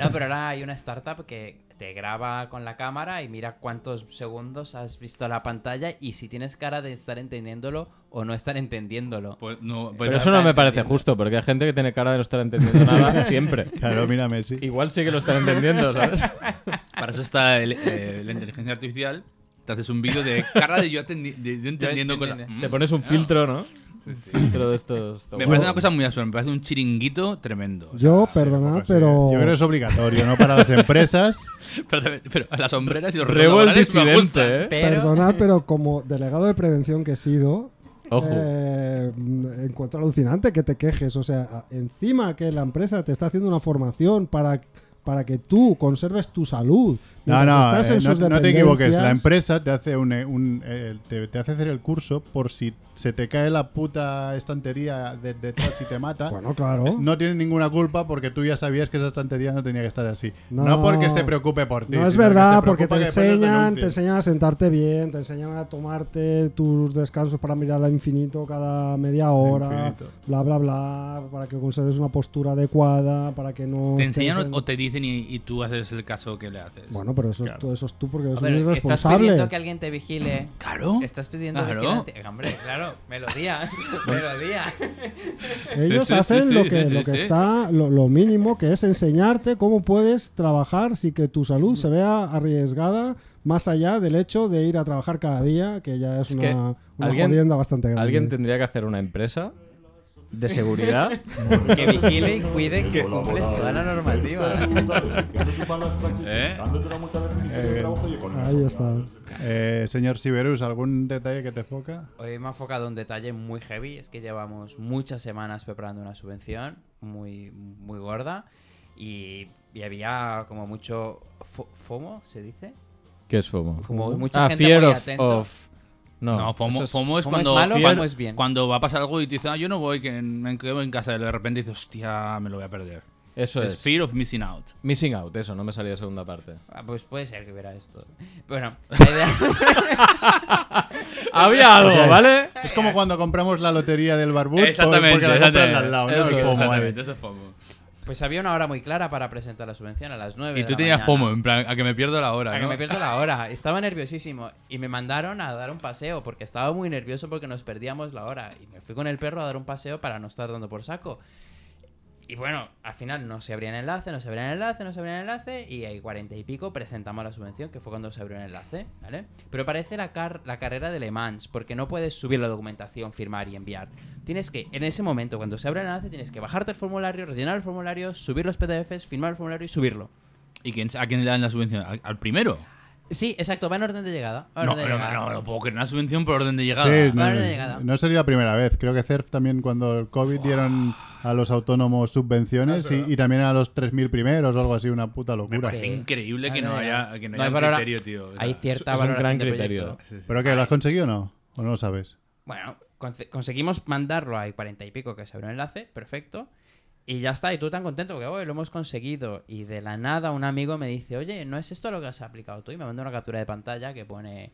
No, pero ahora hay una startup que te graba con la cámara y mira cuántos segundos has visto la pantalla y si tienes cara de estar entendiéndolo o no estar entendiéndolo. Pues no, pues Pero eso no me parece justo, porque hay gente que tiene cara de no estar entendiendo nada siempre. Claro, mira Messi. Igual sí que lo están entendiendo, ¿sabes? Para eso está el, eh, la inteligencia artificial. Te haces un vídeo de cara de yo, atendi- de yo entendiendo cosas. entendiendo. Mm. Te pones un filtro, ¿no? Un filtro de estos. Me parece una cosa muy absurda, me parece un chiringuito tremendo. o sea, Yo, perdonad, pero. pues eh. Yo creo que es obligatorio, ¿no? Para las empresas. pero, también- pero las sombreras y los Rebo el laborales me gustan. disidente, ¿eh? Pero Perdonad, pero como delegado de prevención que he sido, Ojo. eh, encuentro alucinante que te quejes. O sea, encima que la empresa te está haciendo una formación para, para que tú conserves tu salud. No, mientras no, estás eh, en no, sus no te equivoques. La dependencias, empresa te hace, un, eh, un, eh, te, te hace hacer el curso por si se te cae la puta estantería de detrás y te mata. Bueno, claro. No tiene ninguna culpa porque tú ya sabías que esa estantería no tenía que estar así. No, No. porque se preocupe por ti. No es sino que verdad, se porque preocupa te que después los enseñan, te denuncien. enseñan a sentarte bien, te enseñan a tomarte tus descansos para mirar al infinito cada media hora, Infinito. bla, bla, bla, para que conserves una postura adecuada, para que no... ¿Te estés enseñan en- o, o te dicen y, y tú haces el caso que le haces? Bueno, pero eso, Claro. es, tú- eso es tú porque eres A ver, un estás irresponsable. pidiendo que alguien te vigile. claro. Estás pidiendo Claro. vigilancia. Hombre, claro, melodía. melodía. Ellos Sí, sí, hacen sí, lo sí, que, sí, lo que sí. está, lo, lo mínimo, que es enseñarte cómo puedes trabajar sin que tu salud se vea arriesgada más allá del hecho de ir a trabajar cada día, que ya es, Es que una, una alguien- jodienda bastante grande. Alguien tendría que hacer una empresa de seguridad. Que vigile y cuide que cumples toda la normativa. ¿Eh? Ahí está. Eh, señor Siberus, ¿algún detalle que te foca? Hoy me ha enfocado un detalle muy heavy, es que llevamos muchas semanas preparando una subvención muy, muy gorda y, y había como mucho fo- FOMO, ¿se dice? ¿Qué es FOMO? Como mucha ah, gente fear muy of, atento. of- No, No, FOMO, es, eso es- FOMO es FOMO cuando, es malo, cuando, FOMO es bien. cuando va a pasar algo y te dicen, ah, yo no voy, que me quedo en casa. Y de repente dices, hostia, me lo voy a perder. Eso es es. fear of missing out. Missing out, eso, no me salía la segunda parte. Ah, pues puede ser que hubiera esto. Bueno, la idea... Había algo, sea, ¿vale? Es como cuando compramos la lotería del barbut por- porque exactamente. la compran exactamente. al lado, ¿no? Eso, Y como, exactamente, eh, eso es FOMO. pues había una hora muy clara para presentar la subvención a las 9. Y tú tenías FOMO, en plan, a que me pierdo la hora. A que ¿no? me pierdo la hora. Estaba nerviosísimo y me mandaron a dar un paseo porque estaba muy nervioso porque nos perdíamos la hora. Y me fui con el perro a dar un paseo para no estar dando por saco. Y bueno, al final no se abría el enlace, no se abría el enlace, no se abría el enlace, y ahí cuarenta y pico presentamos la subvención, que fue cuando se abrió el enlace, ¿vale? Pero parece la, car- la carrera de Le Mans, porque no puedes subir la documentación, firmar y enviar. Tienes que, en ese momento, cuando se abre el enlace, tienes que bajarte el formulario, rellenar el formulario, subir los PDFs, firmar el formulario y subirlo. ¿Y quién, a quién le dan la subvención? ¿Al, al primero? Sí, exacto, va en orden de llegada. va en No, orden de no, llegada. no, no puedo creer una subvención por orden de llegada. Sí, Vale, no, de llegada. no sería la primera vez. Creo que CERF también cuando el COVID dieron a los autónomos Ah, subvenciones y, y también a los 3.000 primeros o algo así, una puta Me locura. parece Sí. increíble que Vale, no vale. haya, que no No haya hay un valora- criterio, tío. O sea, Hay cierta es un valoración gran de criterio. proyecto. sí, sí. ¿Pero qué? ¿Lo has conseguido o no? ¿O no lo sabes? Bueno, conce- conseguimos mandarlo a cuarenta y pico que se abrió el enlace, perfecto. Y ya está, y tú tan contento porque "Oye, lo hemos conseguido. Y de la nada un amigo me dice, oye, ¿no es esto lo que has aplicado tú? Y me mandó una captura de pantalla que pone...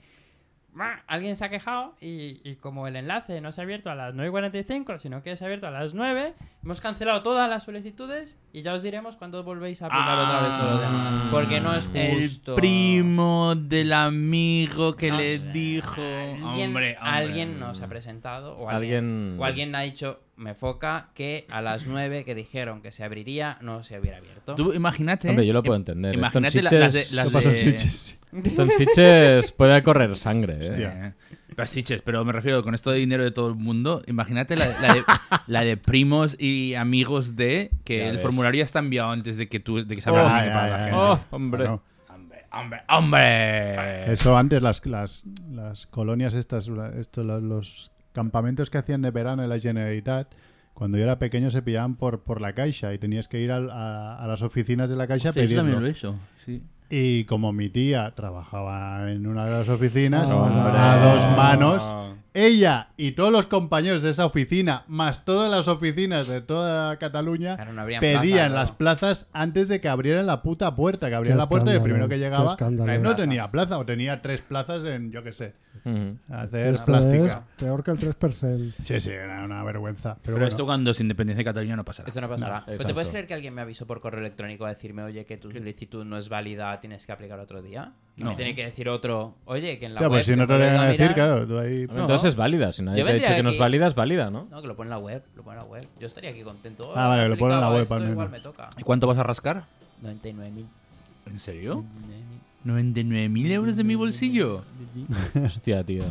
"Ma, Alguien se ha quejado y, y como el enlace no se ha abierto a las 9.45, sino que se ha abierto a las 9, hemos cancelado todas las solicitudes y ya os diremos cuando volvéis a aplicar otra vez todo lo demás. Porque no es justo. Ah. El primo del amigo que No le sé, dijo. Alguien, hombre, hombre. alguien nos ha presentado o alguien, Alguien- o alguien ha dicho, me foca, que a las 9 que dijeron que se abriría, no se hubiera abierto. Tú imagínate. Eh, Hombre, yo lo puedo entender. Imagínate Esto en la- las de. Sitges- las ¿Qué pasó en de- Sitges? Esto en Sitges puede correr sangre, ¿eh? Hostia. Eh, pero Sitges, pero me refiero con esto de dinero de todo el mundo. Imagínate la, la de, la de primos y amigos de que Ya el ves. formulario ya está enviado antes de que tú de que se abra Oh, la Ah, línea para la ya, ya, gente. ya. Oh, hombre. Bueno, Hombre, hombre, hombre. Eso antes las, las, las colonias estas, esto, la- los campamentos que hacían de verano en la Generalitat, cuando yo era pequeño se pillaban por, por la caixa y tenías que ir al- a, a las oficinas de la caixa a Hostia, yo también pedirlo. lo he hecho, sí. Y como mi tía trabajaba en una de las oficinas, Hombre. a dos Ah. manos, ella y todos los compañeros de esa oficina, más todas las oficinas de toda Cataluña, Claro, no habrían plaza, pedían las claro. plazas antes de que abrieran la puta puerta. Que Qué abrieran la puerta y el escándalo, primero que qué llegaba escándalo. no plazas. tenía plaza o tenía tres plazas en, yo qué sé, Ujú. hacer Esto es plástica. peor que el 3%. Sí, sí, era una vergüenza. Pero, Pero bueno, esto cuando es independencia de Cataluña no pasará. Eso no pasará. Pero te exacto. puedes creer que alguien me avisó por correo electrónico a decirme, oye, que tu solicitud no es válida, tienes que aplicar otro día. Que me No. tiene que decir otro, oye, que en la Hostia, web. pues si no te puedes llegan a mirar". decir, claro, tú ahí... A ver, Entonces es válida. Si nadie Yo te ha dicho vendría que no es aquí- válida, es válida, ¿no? No, que lo pone en la web, lo pone en la web. Yo estaría aquí contento. "Oh, Ah, vale, he lo pone en la aplicado web, esto, al menos. Igual me toca. ¿Y cuánto vas a rascar? 99.000. ¿En serio? 99.000. ¿99.000 euros de mi bolsillo? Hostia, tío.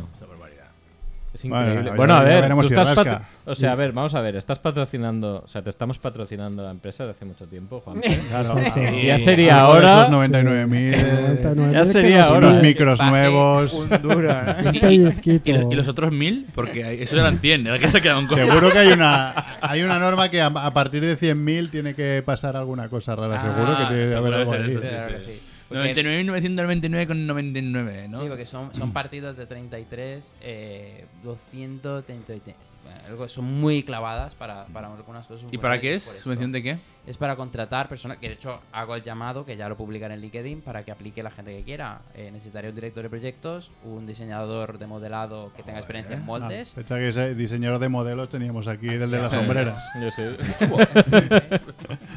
Es Bueno, increíble. ya- Bueno, ya a ver, veremos tú si estás rasca. patro- O sea, a ver, vamos a ver, estás patrocinando, o sea, te estamos patrocinando la empresa desde hace mucho tiempo, Juan. Claro, Sí, sí. algo- Ya sería algo de ahora- Esos 99.000... eh, 99.000 Ya que sería nos- ahora, unos eh. micros Paje, nuevos. Un duro, ¿no? Un pellizquito. ¿Y, lo- y los otros 1.000? Porque eso eran 100. Era que se quedaron con... Seguro que hay una hay una norma que a, a partir de 100.000 tiene que pasar alguna cosa rara. Seguro que tiene que Ah, haber seguro algo debe ahí. ser eso, Claro sí, que sí. sí. Porque- 99.999,99, ¿no? Sí, porque son, son partidas de 33, eh, 200, 33, bueno, algo- son muy clavadas para, para algunas cosas. ¿Y para qué es? por esto. ¿Subvención de qué? Es para contratar personas, que de hecho hago el llamado, que ya lo publicaré en LinkedIn, para que aplique la gente que quiera. Eh, necesitaré un director de proyectos, un diseñador de modelado que tenga ¿eh? experiencia en Ah, moldes. pensaba que ese diseñador de modelos teníamos aquí, Ah, del de las es. sombreras. Yo sé.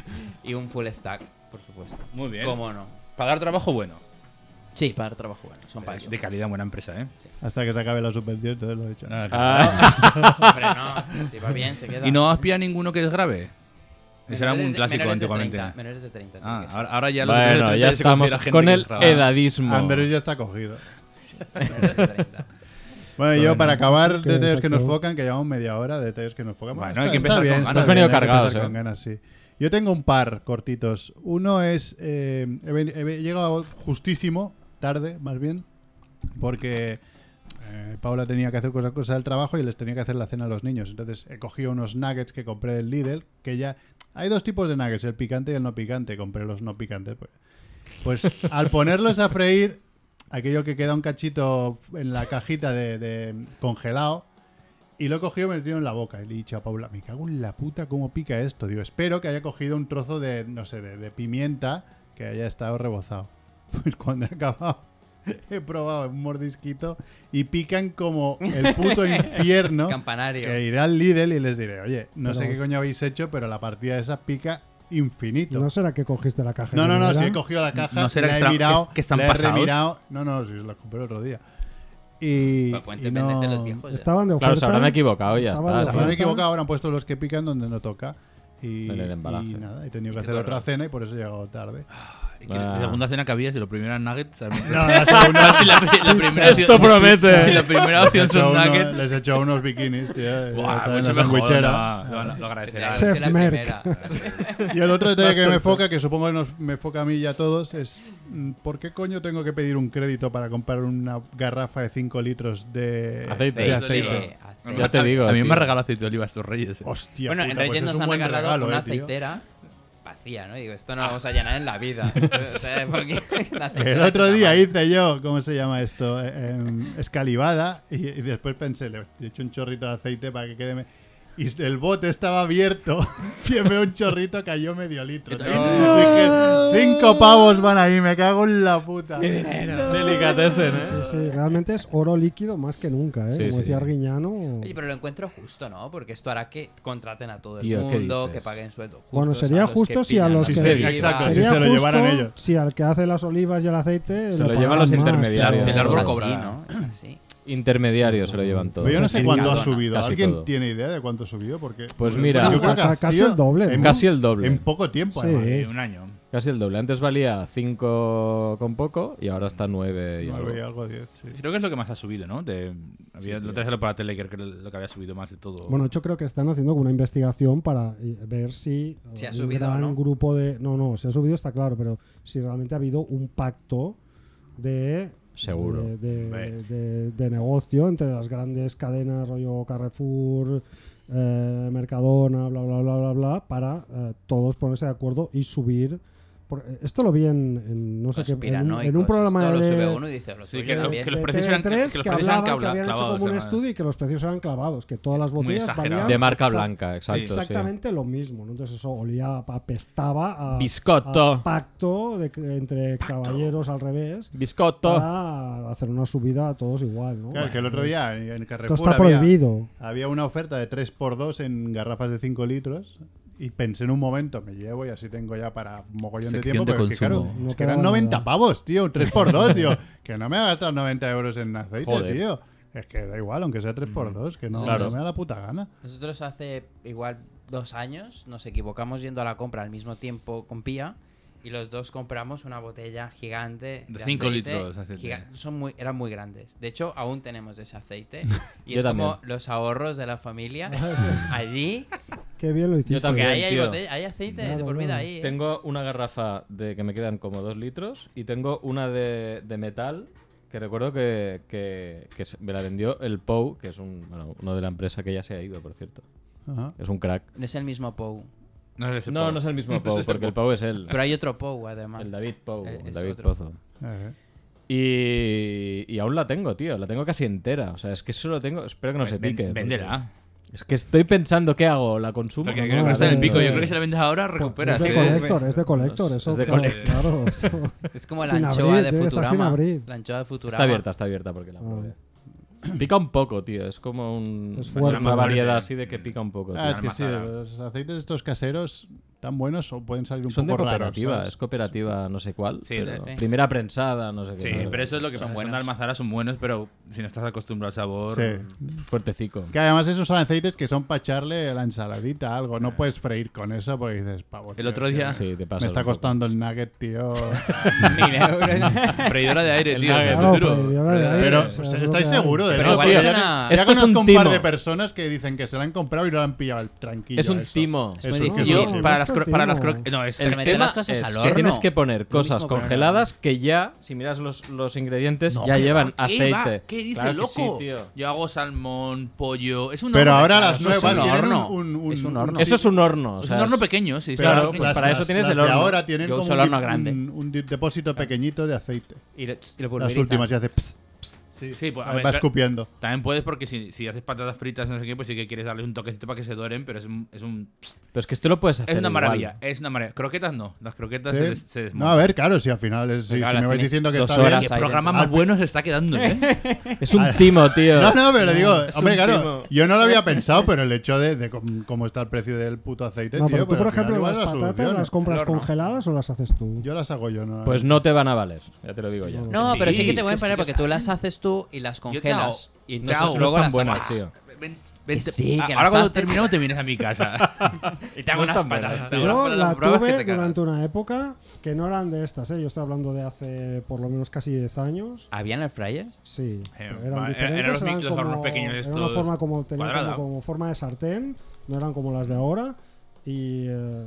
y un full stack, por supuesto. Muy bien. ¿Cómo no? Para dar trabajo bueno. Sí, para el trabajo bueno, Eh, son para eso. De calidad, buena empresa, ¿eh? Hasta que se acabe la subvención, entonces lo he hecho. Ah, Hombre, no, si va bien, se queda. ¿Y no has pillado ninguno que es grave? Ese era Menores un de- clásico menores de antiguamente. 30, menores de 30. tiene Ah, que ser. ahora, ahora ya los menores de bueno, 30 ya se considera estamos gente con que el es grave. edadismo. Andrés ya está cogido. Menores de 30. Bueno, y yo para acabar, Que detalles que nos exacto. focan, que llevamos media hora, detalles que nos focan. Bueno, está, hay que está empezar bien, con está ganas. Has venido bien, hay que cargados, empezar ¿eh? con ganas, sí. Yo tengo un par cortitos. Uno es, eh, he, ven- he ven- he llegado justísimo, tarde más bien, porque eh, Paula tenía que hacer cosas, cosas del trabajo y les tenía que hacer la cena a los niños. Entonces he cogido unos nuggets que compré del Lidl, que ya... Hay dos tipos de nuggets, el picante y el no picante. Compré los no picantes. Pues, pues al ponerlos a freír, aquello que queda un cachito en la cajita de, de congelado. Y lo he cogido y me lo he metido en la boca. Y le he dicho a Paula, me cago en la puta cómo pica esto. Digo, espero que haya cogido un trozo de, no sé, de, de pimienta que haya estado rebozado. Pues cuando he acabado, he probado un mordisquito y pican como el puto infierno. Campanario. Que iré al Lidl y les diré, oye, no Pero sé qué vos- coño habéis hecho, pero la partida esa pica infinito. ¿No será que cogiste la caja? No, no, no, entera? sí he cogido la caja, No será la que he están- mirado, que- que están la he pasados. remirado. No, no, sí, la compré otro día. Y, Pero fuente y no- pendiente de los viejos. ya. Estaban de oferta. Claro, se habrán equivocado y ya Estaban Se está. de habrán oferta. equivocado, ahora han puesto los que pican donde no toca. Y, En el embalaje. y nada, he tenido que hacer todo otra rato. cena y por eso he llegado tarde. Que Ah. La segunda cena que había, si lo primero eran nuggets. al- No, la segunda. si la, pri- la primera Esto opción- promete. si la primera les, he opción hecho son uno- nuggets. les he hecho unos bikinis, tío. y Buah, otra en mucho mejor, la sandwichera. no, no, lo agradecerás. Chef Esa es la Merck. primera. Y el otro detalle que me foca, que supongo que nos, me foca a mí y a todos, es mm, ¿por qué coño tengo que pedir un crédito para comprar una garrafa de 5 litros de Aceite Aceite. de de aceite? aceite. Ya te digo, Eh, A mí tío. me han regalado aceite de oliva estos reyes. eh. Hostia, Bueno, puta, en Reyes pues es nos un han buen regalado regalo, una eh, tío. aceitera vacía, ¿no? Y digo, esto no lo vamos a llenar en la vida. O sea, porque la aceitera El otro está día mal. hice yo, ¿cómo se llama esto? Eh, em, escalivada. Y, y después pensé, le he hecho un chorrito de aceite para que quede. me- Y el bote estaba abierto. Llevé un chorrito, cayó medio litro. tío. Dije, cinco pavos van ahí, me cago en la puta. Delicatessen, ¿eh? Sí, sí, realmente es oro líquido más que nunca, ¿eh? Sí, Como sí. decía Arguiñano. Oye, pero lo encuentro justo, ¿no? Porque esto hará que contraten a todo el Tío, ¿qué mundo, dices? que paguen sueldo. Justos Bueno, a sería los que justo si a pillan los la que- oliva. Sería Exacto, si se lo justo llevaran ellos. Si al que hace las olivas y el aceite. Se le lo pagan llevan los más, ¿eh? intermediarios. tío. El árbol Es cobra. así, ¿no? Es así. Intermediario se lo llevan todo. Pero yo no sé cuánto ha subido. Casi ¿Alguien todo. tiene idea de cuánto ha subido? Porque Pues mira, yo creo que ha Casi sido el doble, en- ¿no? Casi el doble. En poco tiempo, Sí. además. Eh, Un año. Casi el doble. Antes valía 5 con poco y ahora está 9 y algo. Nueve y algo, diez, sí. Creo que es lo que más ha subido, ¿no? De, había, lo traje para la tele, creo que era lo que había subido más de todo. Bueno, yo creo que están haciendo una investigación para eh, ver si eh, Si ha un subido o gran no. grupo de no no si ha subido está claro, pero si realmente ha habido un pacto de Seguro. de, de- Hombre. de- de negocio entre las grandes cadenas rollo Carrefour, eh, Mercadona, bla bla bla bla bla para eh, todos ponerse de acuerdo y subir. Por- eh, esto lo vi en, en no sé qué en un- en un, Conspiranoicos. programa Esto de, lo sube uno y dice, lo Sí, suyo que lo- Eh, también. que los precios eran- TV3 que los E que precios eran hablaban que clavla- habían hecho clavados, como un además. estudio y que los precios eran clavados, que todas las Muy botellas exagerado. valían De marca exact- blanca, exacto. sí. exactamente lo mismo. ¿no? Entonces eso olía, apestaba a, Biscotto. a pacto de que- entre caballeros al revés Biscotto. para hacer una subida a todos igual, ¿no? Claro, que el otro día en en Esto Carrefour está había- prohibido. Había una oferta de 3x2 en garrafas de 5 litros y pensé en un momento, me llevo y así tengo ya para mogollón de Sección tiempo, pero de es que claro, consumo. No es que eran quedaba 90 nada. pavos, tío, un 3x2, tío, que no me va a gastar 90 euros en aceite, Joder. tío. Es que da igual, aunque sea 3x2, que no, Claro. no me da la puta gana. Nosotros hace igual dos años nos equivocamos yendo a la compra al mismo tiempo con Pía y los dos compramos una botella gigante De de cinco aceite, litros, aceite. giga- son muy, eran muy grandes. De hecho, aún tenemos ese aceite y Yo es como también. los ahorros de la familia allí. Qué bien lo hiciste. Porque Bien, ahí hay, tío. botella- hay aceite Nada, de por vida nada. ahí. ¿eh? Tengo una garrafa de que me quedan como 2 litros y tengo una de, de metal que recuerdo que, que- que se- me la vendió el Pou, que es un, bueno, uno de la empresa que ya se ha ido, por cierto. Ajá. Es un crack. No es el mismo Pou. No es ese no, pavo. no es el mismo Pou, ese porque el pavo. Pou es él. Pero hay otro Pou además. El David Pou, Eh, el es David otro. Pozo. Ajá. Y, y aún la tengo, tío. La tengo casi entera. O sea, es que solo tengo. Espero que no se Ven- pique. porque- Véndela. Es que estoy pensando qué hago. ¿La consumo? Porque no, creo que no, está en el no, pico. no, Yo no. creo que si la vendes ahora, recuperas. es de ¿eh? colector, es de colector, Es eso. de claro, colector. claro, eso. Es como la Sin anchoa abrir, de debe estar sin Futurama. abrir. La anchoa de Futurama. Está abierta, está abierta porque la probé. Pica un poco, tío. Es como un, Es fuerte. una variedad Fuerte. así de que pica un poco. Ah, tío. es que sí, almazara. los aceites estos caseros tan buenos o pueden salir un Son de poco raros. cooperativa, ¿sabes? es cooperativa no sé cuál. Sí, pero sí. Primera prensada, no sé qué. Sí, mierda. pero eso es lo que son buenos. Son almazaras, son buenos, pero si no estás acostumbrado al sabor. Sí. Fuertecico. Que además esos son aceites que son para echarle a la ensaladita, algo. No puedes freír con eso porque dices, pavo. El tío, otro es que día- Sí, te pasa. Me está un poco. costando el nugget, tío. Mil euros. Freidora de aire, El tío. nugget. es Claro, duro. freidora de aire. Pero, O sea, Pues, es lo ¿Estáis que hay. seguros de Pero eso? igual tío? es Yo- una- Ya Esto es un conozco un par timo. de personas que dicen que se la han comprado y no la han pillado el tranquillo. Es un eso. timo. Eso Es muy es que es difícil. un Yo, timo. para las, cro- Esto para las timo. croques. No, es El el meter tema las cosas es al que horno. tienes que poner cosas mismo, pero no. congeladas que ya, si miras los, los ingredientes, No, ya ¿qué llevan va? ¿Qué aceite. va? ¿Qué dice, Claro que loco? sí, tío. Yo hago salmón, pollo. Es un Pero horno, ahora claro, las eso es nuevas un tienen horno. un, un- Es un un- horno. Eso es un horno. o Es sea, un horno es- pequeño, sí. sí, Pero Claro, sí. pues para eso tienes las el de horno. ahora tienen Yo como uso el un, horno dip- grande. un- un dip- depósito pequeñito de aceite. Y le, y le Las pulveriza. últimas y hace... pss, pss, sí, Sí, pues, a va ver, va claro. escupiendo. También puedes porque si, si haces patatas fritas, no sé qué, pues sí que quieres darle un toquecito para que se doren, pero es un... Es, un, Pero es que esto lo puedes hacer. es una igual. maravilla, es una maravilla. Croquetas no, las croquetas Sí. se, des- se No, a desmontan. ver, claro, si al final es- si, Venga, si las me vais tienes diciendo que dos está bien, horas Qué ahí programa dentro. Ah, más bueno se está quedando, ¿eh? Es un timo, tío. No, no, pero le digo, es hombre, un claro, timo. yo no lo había pensado, pero el hecho de, de com- cómo está el precio del puto aceite, No, tío, pero tú, pero por al final ejemplo, igual las es la patatas solución. las compras congeladas o las haces tú. Yo las hago yo, ¿no? Pues no te van a valer. Ya te lo digo yo. No, pero sí que Sí, te voy a que sí poner que porque tú las haces tú y las Yo te congelas. hago- Y te entonces hago- luego no están las buenas, sacas. tío. Ven, Vente- sí, que ahora las cuando haces. terminamos te vienes a mi casa. Y te hago No unas están buenas, patatas. te hago unas Yo Ahora la pruebas que tuve te cagas. durante una época que no eran de estas, ¿eh? Yo estoy hablando de hace por lo menos casi 10 años. ¿Habían air fryers? Sí, Ah. Eh, eran va, diferentes. eran los eran micros, los como, hornos pequeños era una estos forma como, tenían como- cuadrada. como, forma de sartén, no eran como las de ahora. Y eh,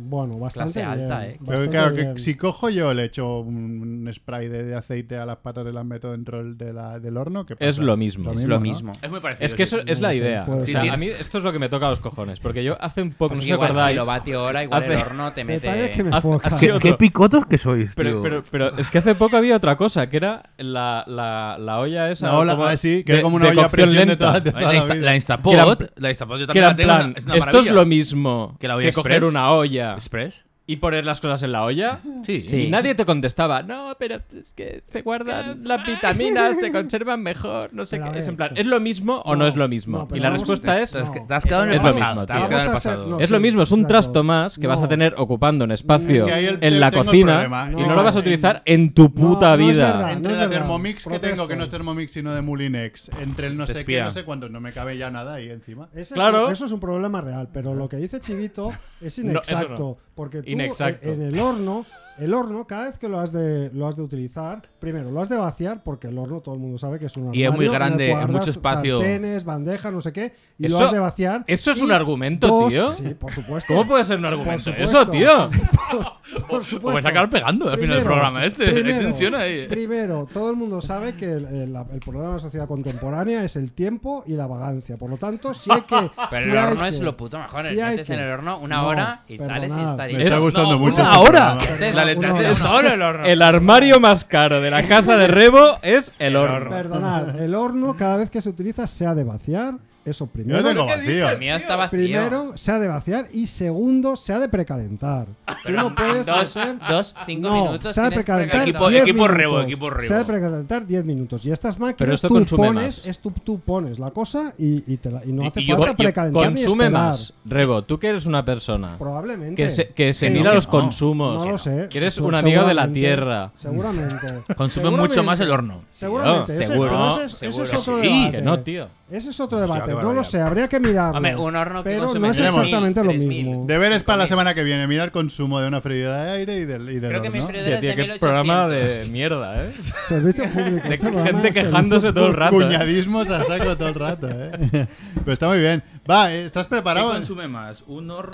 bueno, bastante Clase bien, alta, ¿eh? bastante Pero claro, que bien. si cojo yo le echo un un spray de, de aceite a las patas y las meto dentro del- de la- del horno, ¿qué pasa? Es lo mismo. Es lo ¿no? mismo. Pues es muy parecido. Es que sí. eso es la idea. puede O ser. sea, Sí, a mí esto es lo que me toca a los cojones. Porque yo hace un poco, Pues no sé si igual acordáis. kilovatio hora, igual el Hace- horno te mete... Detalles que me Hace- focan. hace- Qué picotos que sois, Pero, tío. pero, pero es que hace poco había otra cosa, que era la, la, la olla esa. No, la- como- ah, sí, que de- es como una de olla a cocción presión de lenta. toda, de La, toda la Insta- vida. la Que Instapot, la Instapot yo Que también era la en tengo, plan, es una esto es maravilla. lo mismo Que que, la olla express. coger una olla ¿Express? y poner las cosas en la olla. Sí. Sí. Y nadie te contestaba, no, pero es que se guardan las vitaminas, se conservan mejor, no sé Pero a qué. Es ver, en plan, pero- ¿es lo mismo o no, No, es lo mismo? no, pero y la vamos- respuesta es, Te has, No. te has quedado en el Es lo pasado. mismo, te has tío. quedado en el Vamos a ser- pasado. no, es lo sí, mismo, es un exacto. trasto más que vas a No. tener ocupando un espacio Es que ahí el- en la tengo el cocina problema, y eh, no lo vas a en- utilizar en tu puta no es vida. verdad. Entre Ah, no es la verdad. Thermomix que Protesto. tengo, que no es Thermomix sino de Mulinex, entre el no Te sé qué, espía. no sé cuánto, no me cabe ya nada ahí encima. Ese es Claro. un- eso es un problema real, pero lo que dice Chivito es No, eso inexacto. no. Porque tú Inexacto. eh, en el horno, el horno, cada vez que lo has de lo has de utilizar, primero lo has de vaciar, porque el horno todo el mundo sabe que es un Y armario. es muy en el grande, que es mucho guardas espacio. Sartenes, bandejas, no sé qué, y Eso- lo has de vaciar. eso es y un argumento, dos- tío. Sí, por supuesto. ¿Cómo puede ser un Por argumento supuesto. eso, tío? Por Os vais Pues supuesto. a acabar pegando al final Primero, del programa este. Hay primero, tensión ahí. primero, todo el mundo sabe que el, el- la- el problema de la sociedad contemporánea es el tiempo y la vagancia. Por lo tanto, si hay que. Pero sí el hay horno que- es lo puto mejor. eh. sí hay metes en que- el horno una No, hora y perdonad, sales y Me estaría... está gustando no, mucho. una este hora. programa. Ese- La leche una ese hora. solo el horno. El armario más caro de la casa de Rebo es el horno. Perdonad, el horno cada vez que se utiliza se ha de vaciar. Eso Yo primero. tengo vacío. El mío está vacío. Primero se ha de vaciar y segundo se ha de precalentar. Tú no puedes dos, hacer- dos, cinco no, minutos. se ha de tienes que precalentar Equipo- 10 equipo minutos. rebo, equipo rebo. Se ha de precalentar 10 minutos. Y estas máquinas Pero esto tú, consume más. pones, es tú, tú pones la cosa y, y te la- y no Y- hace y yo- falta yo- precalentar ni Consume esperar. más. Rebo, tú que eres una persona Probablemente. que se, que se Sí. mira que los no. consumos. No lo sé. Que eres Pues un amigo de la seguramente- tierra. Seguramente. Consume mucho más el horno. Seguramente. Tío, ese- seguro, pero ese, es- seguro. ese es otro Sí, debate. que no, tío. Ese es otro debate. qué no lo barbaridad. sé, habría que mirarlo. Hombre, un horno que pero consume no es 3.000, exactamente lo 3.000. mismo. Deberes para la semana que viene, mirar consumo de una freidora de aire y del, y del Creo que mi horno. freidora- Tío, Desde tío, qué 1800. programa de mierda, ¿eh? Servicio público. De este programa gente es servicio quejándose todo el público. rato. ¿eh? Cuñadismos a saco todo el rato, ¿eh? Pero está muy bien. Va, eh, ¿estás ¿Qué preparado? consume más? ¿Un horno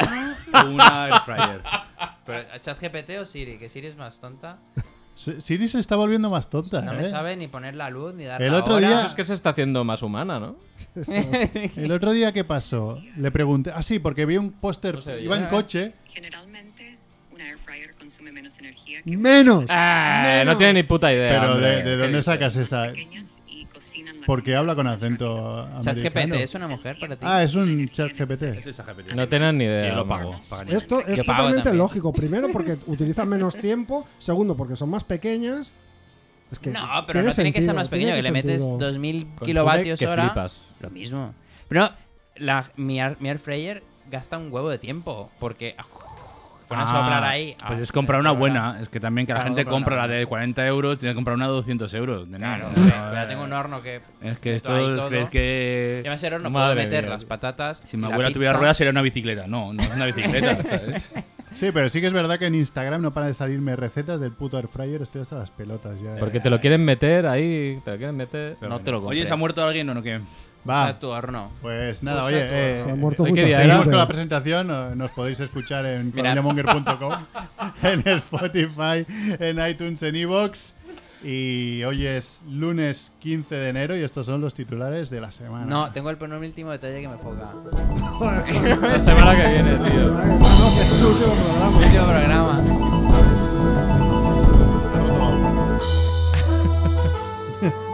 o una air fryer? Pero, ¿ChatGPT o Siri? Que Siri es más tonta. Si- Siri se está volviendo más tonta, No ¿eh? me sabe ni poner la luz ni dar El la otro hora. día- Eso es que se está haciendo más humana, ¿no? El otro día, ¿qué pasó? Le pregunté. Ah, sí, porque vi un póster. No se ¿eh? oye. iba en coche. Generalmente, una air fryer consume menos energía que Menos. Ah, no tiene ni puta idea. Pero hombre. de, ¿de dónde sacas esa? pequeñas y cocinan la Porque comida habla con más acento rápido. ChatGPT americano. es una mujer para ti. Ah, es un chat GPT. Es esa GPT. No tienen ni idea. Yo lo hombre. pago. pagan ellos. Esto es Yo pago totalmente también. lógico. Primero, porque utilizan menos tiempo. Segundo, porque son más pequeñas. Es que no, pero no tiene que ser sentido, más pequeño. tiene Que le metes sentido. 2000 Consume kilovatios que hora. flipas. Lo mismo. Pero la, mi, air, mi air fryer gasta un huevo de tiempo. Porque. ah, Pone a Ah, soplar ahí. Pues ah, es comprar una pero buena. Es que también que la Claro, gente comprar compra una la buena. de 40 euros, tiene que comprar una de 200 euros. de nada. Claro, No, hombre, ya tengo un horno que. Es que meto ahí esto es todo. que, es que- Ya me sé el horno, puedo Madre meter mía, las tío. patatas. Si mi la abuela tuviera pizza. ruedas sería una bicicleta. No, no es una bicicleta, ¿sabes? Sí, pero sí que es verdad que en Instagram no para de salirme recetas del puto air fryer. Estoy hasta las pelotas ya. eh. Porque te lo quieren meter ahí, te lo quieren meter. No te lo compres. Oye, ¿se ha muerto alguien o no qué? Va. Usa tu horno. Pues nada, Usa oye, tu- eh, Se ha muerto Oye, mucha qué día seguimos era. con la presentación. eh, Nos podéis escuchar en Mira. familiamonger.com, en Spotify, en iTunes, en Evox. Y hoy es lunes 15 de enero y estos son los titulares de la Ah, semana. No, tengo el penúltimo detalle que me foca. La semana que viene, tío. Ah, no, que es su último programa. Último programa.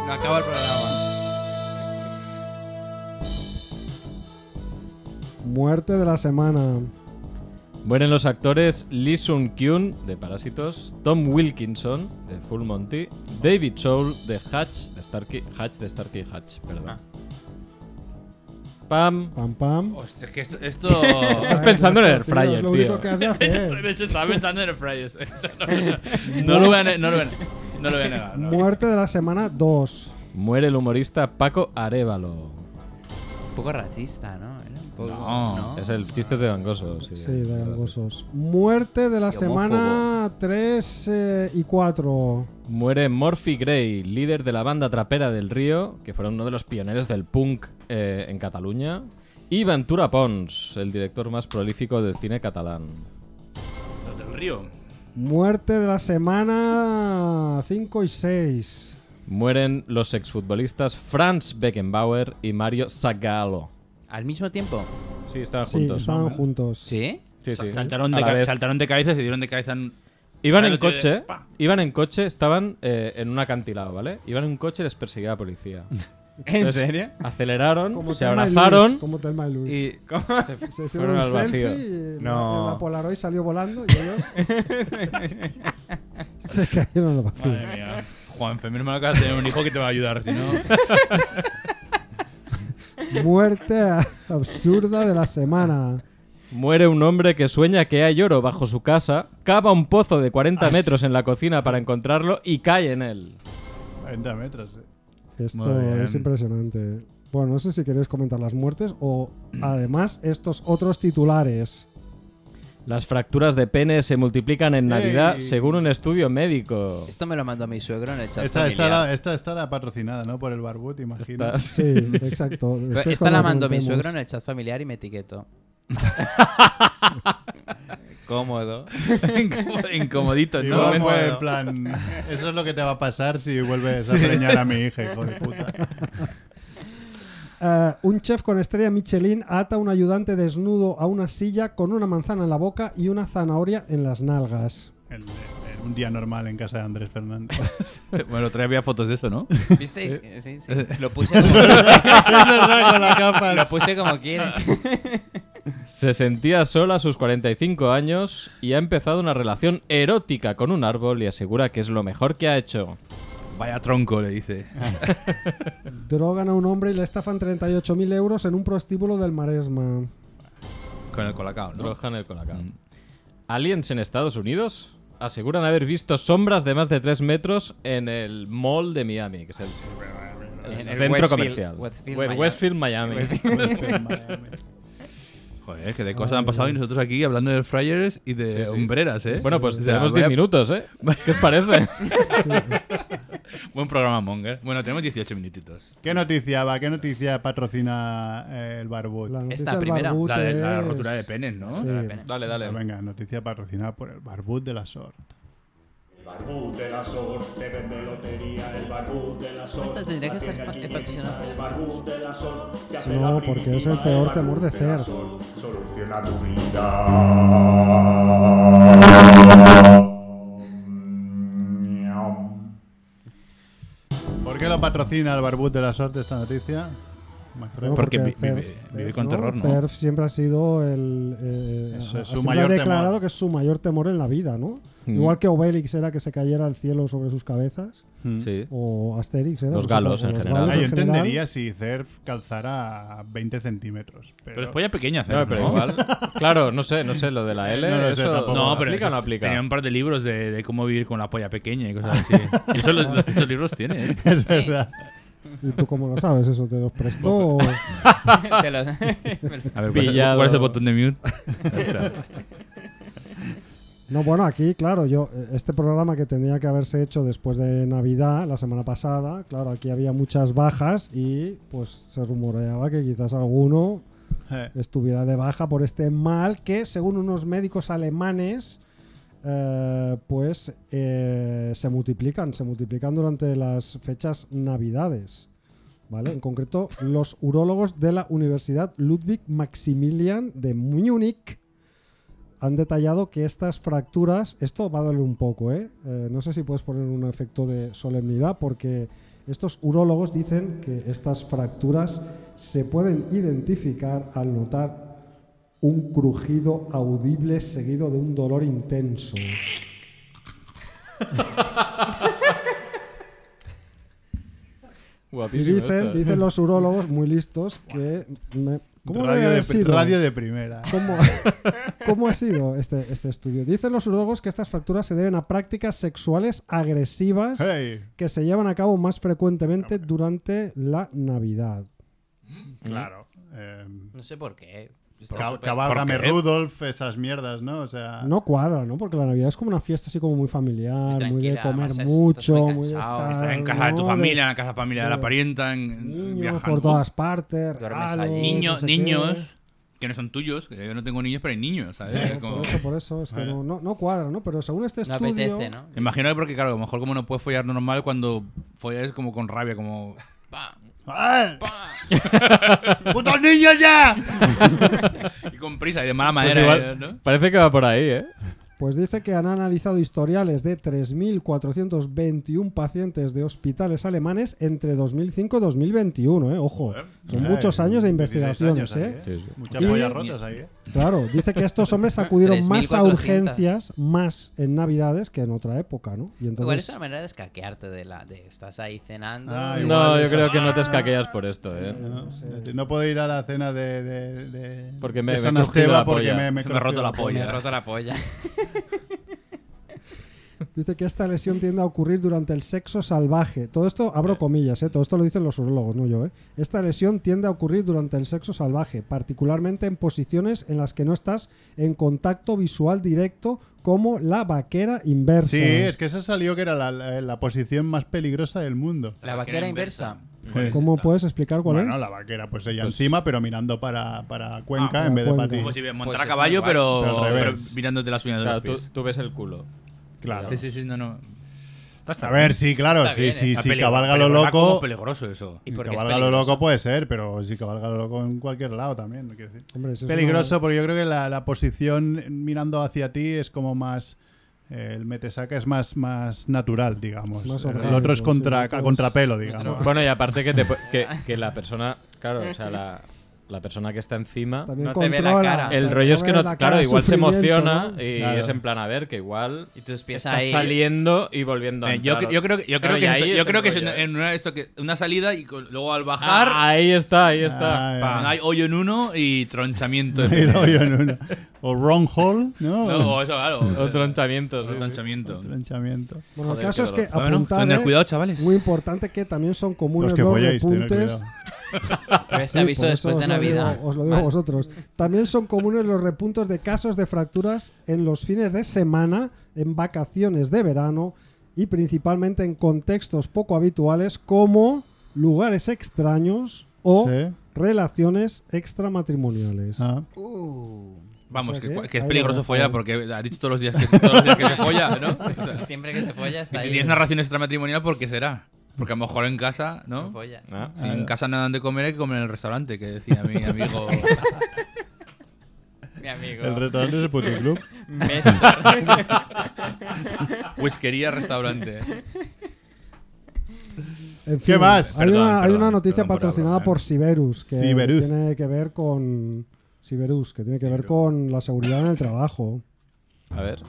No acaba el programa. Muerte de la semana. Mueren los actores Lee Sun Kyun de Parásitos, Tom Wilkinson de Full Monty, David Soul de Hatch de Starkey Hatch de Starkey Hatch, perdón. Ah. Pam. Pam, pam. Hostia, es que esto. esto... Estás pensando en el Esto, tío, fryer, Es lo tío. único que has de hacer. De hecho, estaba pensando en el Fryers. No lo voy a ne- no lo voy a ne- no lo voy a negar. no. Muerte de la semana 2. Muere el humorista Paco Arevalo. poco racista, ¿no? Era un poco. No, Es el chiste de gangoso. Sí, Sí, de gangosos. Muerte de la Y homófobo. semana 3 y 4. Muere Morphy Gray, líder de la banda trapera del río, que fueron uno de los pioneros del punk eh, en Cataluña. Y Ventura Pons, el director más prolífico del cine catalán. Los del río. Muerte de la semana 5 y 6. Mueren los exfutbolistas Franz Beckenbauer y Mario Zagallo. Al mismo tiempo. Sí, estaban Sí, juntos. estaban juntos. ¿Sí? Sí, sí. Saltaron A de, la ca- vez. saltaron de cabeza y se dieron de cabeza. en- Iban Ah, en lo tiene- coche, pa. iban en coche, estaban eh, en un acantilado, ¿vale? Iban en un coche y les perseguía la policía. ¿En Entonces, serio? Aceleraron, Como se Thelma y Luis, abrazaron como Thelma y Luis. y se, se hicieron fueron un al selfie vacío. y la- No. la Polaroid salió volando y ellos se cayeron al vacío. Madre mía. Juan, menos mal que vas a tener un hijo que te va a ayudar, si no. Muerte a- absurda de la semana. Muere un hombre que sueña que hay oro bajo su casa, cava un pozo de 40 metros en la cocina para encontrarlo y cae en él. 40 metros. eh. Esto Muy bien. es impresionante. Bueno, no sé si queréis comentar las muertes o además estos otros titulares. Las fracturas de pene se multiplican en Navidad Ey. según un estudio médico. Esto me lo mandó mi suegro en el chat. Esta, esta, familiar. era- esta estará patrocinada, ¿no? Por el Barbut, imagino. Está- Sí, exacto. Después Esta cuando la mandó mi comentemos. suegro en el chat familiar y me etiquetó. Cómodo. Incómodo- Incomodito, Y ¿no? vamos, Bueno. en plan, eso es lo que te va a pasar si vuelves a preñar a mi hija, hijo de puta. Eh, un chef con estrella Michelin ata a un ayudante desnudo a una silla con una manzana en la boca y una zanahoria en las nalgas. El- el- un día normal en casa de Andrés Fernández. Bueno, otra vez había fotos de eso, ¿no? ¿Visteis? Sí, sí. Lo puse como, con la capa. lo puse como quiera. Se sentía sola a sus 45 años y ha empezado una relación erótica con un árbol y asegura que es lo mejor que ha hecho. Vaya tronco, le dice. Drogan a un hombre y le estafan 38.000 euros en un prostíbulo del Maresma. Con el colacao, ¿no? Roja en el colacao. Mm. Aliens en Estados Unidos aseguran haber visto sombras de más de 3 metros en el mall de Miami, que es el, En el el centro Westfield- comercial. Westfield, We- Miami. Westfield, Miami. Joder, que de cosas han pasado y nosotros aquí hablando de fryers y de hombreras, ¿eh? Bueno, pues O sea, tenemos 10 vaya- minutos, ¿eh? ¿Qué os parece? Buen programa, Monger. Bueno, tenemos 18 minutitos. ¿Qué noticia va? ¿Qué noticia patrocina eh, el Barbut? La noticia Esta del primera, barbute La de la es- rotura de penes, ¿no? Sí. dale, dale. Venga, noticia patrocinada por el Barbut de la SOR. El barbú de la SOR te vende lotería. El barbú de la SOR. Esto tendría la que ser tienda pa- eh, quinillista, patrocinado por- El barbú de la SOR. te hace No, la porque primitiva, es el peor barbú temor de la ser. SOR, Soluciona tu vida. ¿Por qué lo patrocina el Barbut de la SOR de esta noticia? Macrón. No, Porque vi- CERF, vive- CERF, vive con terror, ¿no? CERF siempre ha sido el. eh, Eso es ha- su siempre mayor ha declarado temor. que es su mayor temor en la vida, ¿no? Mm. Igual que Obelix era que se cayera el cielo sobre sus cabezas, Sí. o Asterix era. Los no sé, galos o en los general. Ah, galos yo en general. entendería si CERF calzara 20 centímetros. Pero, Pero es polla pequeña, No, Cerf, pero ¿no? igual. Claro, no sé, no sé, lo de la L. No lo sé eso, tampoco. No, pero ¿Aplica o no eso- aplica? Tenía un par de libros de, de cómo vivir con la polla pequeña y cosas así. Y eso los, los- esos libros tiene, ¿eh? es verdad. ¿Y tú cómo lo sabes? ¿Eso te los prestó? o- Se los- me lo- A ver, ¿cuál, es- Pillado. cuál es el botón de mute? Ahí está. No, bueno, aquí, claro, yo. eh, Este programa que tenía que haberse hecho después de Navidad, la semana pasada, claro, aquí había muchas bajas y pues se rumoreaba que quizás alguno Eh, estuviera de baja por este mal que, según unos médicos alemanes, eh, pues eh, se multiplican, se multiplican durante las fechas navidades. ¿Vale? En concreto, los urólogos de la Universidad Ludwig Maximilian de Múnich han detallado que estas fracturas, esto va a doler un poco, ¿eh? Eh, no sé si puedes poner un efecto de solemnidad porque estos urólogos dicen que estas fracturas se pueden identificar al notar un crujido audible seguido de un dolor intenso. Y Guapísimo. dicen, esto. dicen los urólogos muy listos que... me- ¿Cómo debe radio, haber de, sido? radio de primera. ¿Cómo, cómo ha sido este, este estudio? Dicen los urólogos que estas fracturas se deben a prácticas sexuales agresivas Hey, que se llevan a cabo más frecuentemente durante la Navidad. Claro. Eh, No sé por qué. Está Ca- súper- Cabálgame Pues, ¿Por qué? Rudolf, esas mierdas, ¿no? O Ah. sea, No cuadra, ¿no? Porque la Navidad es como una fiesta así como muy familiar, muy, de tranquila, comer además es- mucho, estás muy muy de cansado, estar, Estás en casa de tu ¿no? familia, en la casa familiar de la de- parienta, en, en- niños viajando. por todas partes, Duermes regalos, allí. Niño- no sé qué. niños que no son tuyos, que yo no tengo niños, pero hay niños, ¿sabes? Es Eh, Por- Eh, como- Por eso, por eso, es que no, no, no cuadra, ¿no? Pero según este No estudio... apetece, ¿no? Imagino que porque, claro, a lo mejor como no puedes follar normal cuando follas como con rabia, como... ¡Ay! ¡Putos niños ya! Y con prisa y de mala Pues manera, igual, ¿no? Parece que va por ahí, ¿eh? Pues dice que han analizado historiales de 3.421 pacientes de hospitales alemanes entre 2005 y 2021, ¿eh? Ojo, son muchos Eh, años de 16 años investigaciones, ahí, ¿eh? Muchas Y- pollas rotas ahí, ¿eh? Claro, dice que estos hombres acudieron más a 3.400. urgencias, más en Navidades que en otra época, ¿no? Y Igual es entonces... una manera de escaquearte de la. De, estás ahí cenando. Ah, y- igual, Ah. No, yo esa- creo que no te escaqueas por esto, ¿eh? No, Este, no puedo ir a la cena de, de, de- Porque me- de me he San cogido Esteban la porque polla. me, me Se me ha roto cogió la me he polla. roto la polla. Dice que esta lesión tiende a ocurrir durante el sexo salvaje. Todo esto, abro comillas, ¿eh? todo esto lo dicen los urologos, no yo. ¿eh? Esta lesión tiende a ocurrir durante el sexo salvaje, particularmente en posiciones en las que no estás en contacto visual directo, como la vaquera inversa. ¿eh? Sí, es que esa salió que era la, la- la posición más peligrosa del mundo. La vaquera inversa. Pues ¿Cómo puedes explicar cuál pues, bueno, es? la vaquera, pues ella encima, pero mirando para, para Cuenca Ah, en vez de para Cuenca. ti. Como si montar Pues a es muy caballo, guay. pero, Pero al pero revés. mirándote las uñas de Claro, los tú, pies. tú ves el culo. Claro. Sí, sí, sí, no, no. Está A ver, sí, claro, Está sí, bien, sí, está si peligro- cabalga lo peligrosa como loco, peligroso eso. ¿Y Eh, si por qué es cabalga lo peligroso? loco puede ser, pero si cabalga lo loco en cualquier lado también, quiero decir. Hombre, eso es peligroso porque yo creo que la, la posición mirando hacia ti es como más eh, el metesaca es más más natural digamos Más el orgánico, otro es sí, contra el otro a es- contrapelo digamos Bueno, y aparte que, te pu- que, que la persona, claro, o sea, la, la persona que está encima, una- También No te ve la controla, cara. pero el rollo es que ves no, la cara claro, de igual se sufrimiento, emociona ¿no? y Claro. es en plan, a ver, que igual Y tus pies está ahí. saliendo y volviendo a Eh, yo, entrar. cre- yo creo, que- yo Claro, creo que, y esto- ahí yo es creo el que es en, rollo, ¿eh? en una, esto que- una salida y con- luego al bajar Ah, ahí está, ahí está. Ah, pam, hay hoyo en uno y tronchamiento. en eh, medio. el hoyo en uno. o wrong hole no, No, o eso, claro. O tronchamiento, sí, O sí. tronchamiento. Lanzamiento. Bueno, Joder, el caso qué es que Bueno, apuntar, tener ¿eh? cuidado, chavales. muy importante que también son comunes los los, que folláis tener repuntes cuidado Pero este Sí, aviso por eso después os de lo digo- Navidad. os lo digo a Vale. vosotros. También son comunes los repuntos de casos de fracturas en los fines de semana, en vacaciones de verano y principalmente en contextos poco habituales como lugares extraños o Sí. relaciones extramatrimoniales. Ah. Uh. Vamos, O sea que, eh, que que es ahí peligroso lo dejo. follar porque has dicho todos los días que, todos los días que se folla, ¿no? O sea, Siempre que se folla y está si ahí. tienes narración extramatrimonial, ¿por qué será? Porque a lo mejor en casa, se ¿no? folla. Ah, Si en casa no dan de comer, hay que comer en el restaurante, que decía mi amigo. Mi amigo. el restaurante es el puticlub Mestor. Whiskería, restaurante. En ¿Qué más? Hay, Perdón, una, hay perdón, una noticia perdón por la patrocinada broma, por Siberus que Siberus. tiene que ver con Siberus, que tiene que ver con la seguridad en el trabajo. A ver.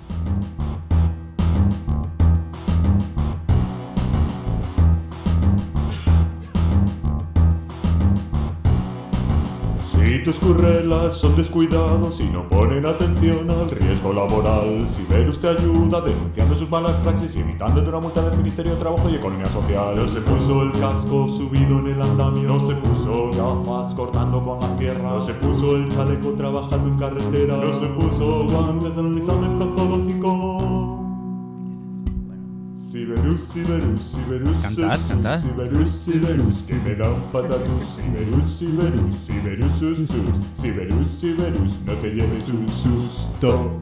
Si tus currelas son descuidados y no ponen atención al riesgo laboral, Siberus te ayuda denunciando sus malas praxis y evitándote una multa del Ministerio de Trabajo y Economía Social. No se puso el casco subido en el andamio, no se puso gafas cortando con la sierra, no se puso el chaleco trabajando en carretera, no se puso guantes en un examen proctológico. Siberus, Siberus, Siberus. Cantad, sus, cantad. Siberus, Siberus, que me da un patatús. Siberus, Siberus, Siberus, sus, sus. Siberus, Siberus, no te lleves un susto.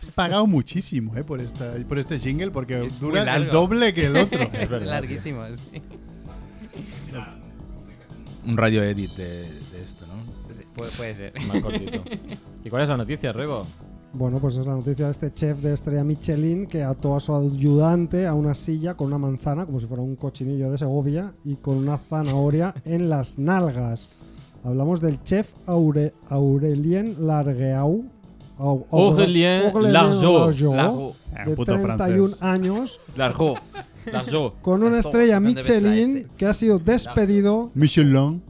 has pagado muchísimo eh, por esta por este jingle porque Es muy dura el largo. doble que el otro Larguísimo, sí. Un radio edit de, de esto, ¿no? Sí, puede, puede ser. Más cortito. ¿Y cuál es la noticia, Rebo? Bueno, pues es la noticia de este chef de estrella Michelin que ató a su ayudante a una silla con una manzana, como si fuera un cochinillo de Segovia, y con una zanahoria en las nalgas. Hablamos del chef Aure- Aurelien Largeau. Au- Aure- Aurelien Largeau. Largeau, Largo. Ah, de puto 31 francés. años, Largo. Largo. con una Largeau, estrella ¿dónde ves la Michelin este. S? que ha sido despedido. Michelin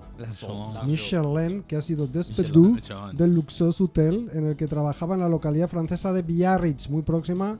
Michelin, que ha sido despedido Michelin. del luxoso hotel en el que trabajaba en la localidad francesa de Biarritz, muy próxima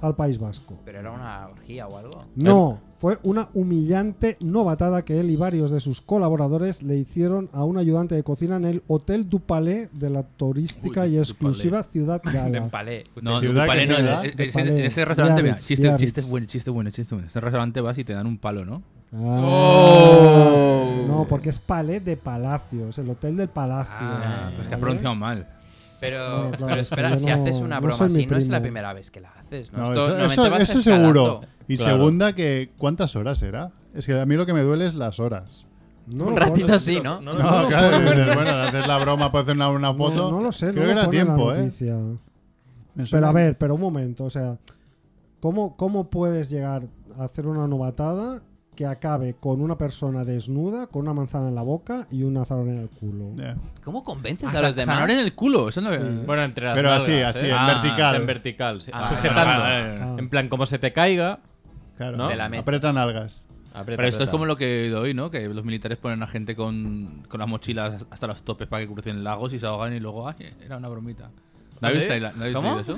al País Vasco. Pero era una orgía o algo. No, fue una humillante novatada que él y varios de sus colaboradores le hicieron a un ayudante de cocina en el Hotel du Palais de la turística Uy, y du exclusiva ciudad De gala. empalé. No, ciudad Upalé que no, queda, eh, eh, de ese- Palé, ese restaurante, mira, Biarritz, chiste, chiste Biarritz. bueno, chiste bueno, chiste bueno. Ese restaurante vas y te dan un palo, ¿no? Ah, ¡Oh! No, porque es Palais de Palacio, es el Hotel del Palacio. ¿eh? Ah, pues que has ¿vale? pronunciado mal. Pero, No, claro, pero es que espera, yo si no- haces una no broma soy así, mi no es la primo. primera vez que la haces. ¿no? No, Esto eso, normalmente eso- vas eso seguro. escalando. Y Claro. segunda, que ¿cuántas horas era? Es que a mí lo que me duele es las horas. No Un lo pone- ratito sí, ¿no? No, Ah, No, no, no. claro, dices, bueno, haces la broma, puedes hacer una, una No, foto. no lo sé, Creo no que lo era pone en la tiempo, ¿eh? noticia. Me suena- Pero a ver, pero un momento, o sea, ¿cómo, cómo puedes llegar a hacer una novatada que acabe con una persona desnuda, con una manzana en la boca y una zarona en el culo? Yeah. ¿Cómo convences a los demás? Ahora en el culo, eso no. Bueno, entre las Pero así, nalgas, así, ¿eh? en Ah, vertical. En vertical, sí. Ah, sujetando. vale, vale, vale. En plan, como se te caiga. Claro, ¿no? De la meta. apretan algas. aprieta, Pero esto es aprieta. como lo que he oído hoy, ¿no? Que los militares ponen a gente con, con las mochilas hasta los topes para que crucen lagos y se ahogan y luego, ay, era una bromita. ¿No habéis ¿Sí? oído ¿no habéis ¿Cómo? oído eso?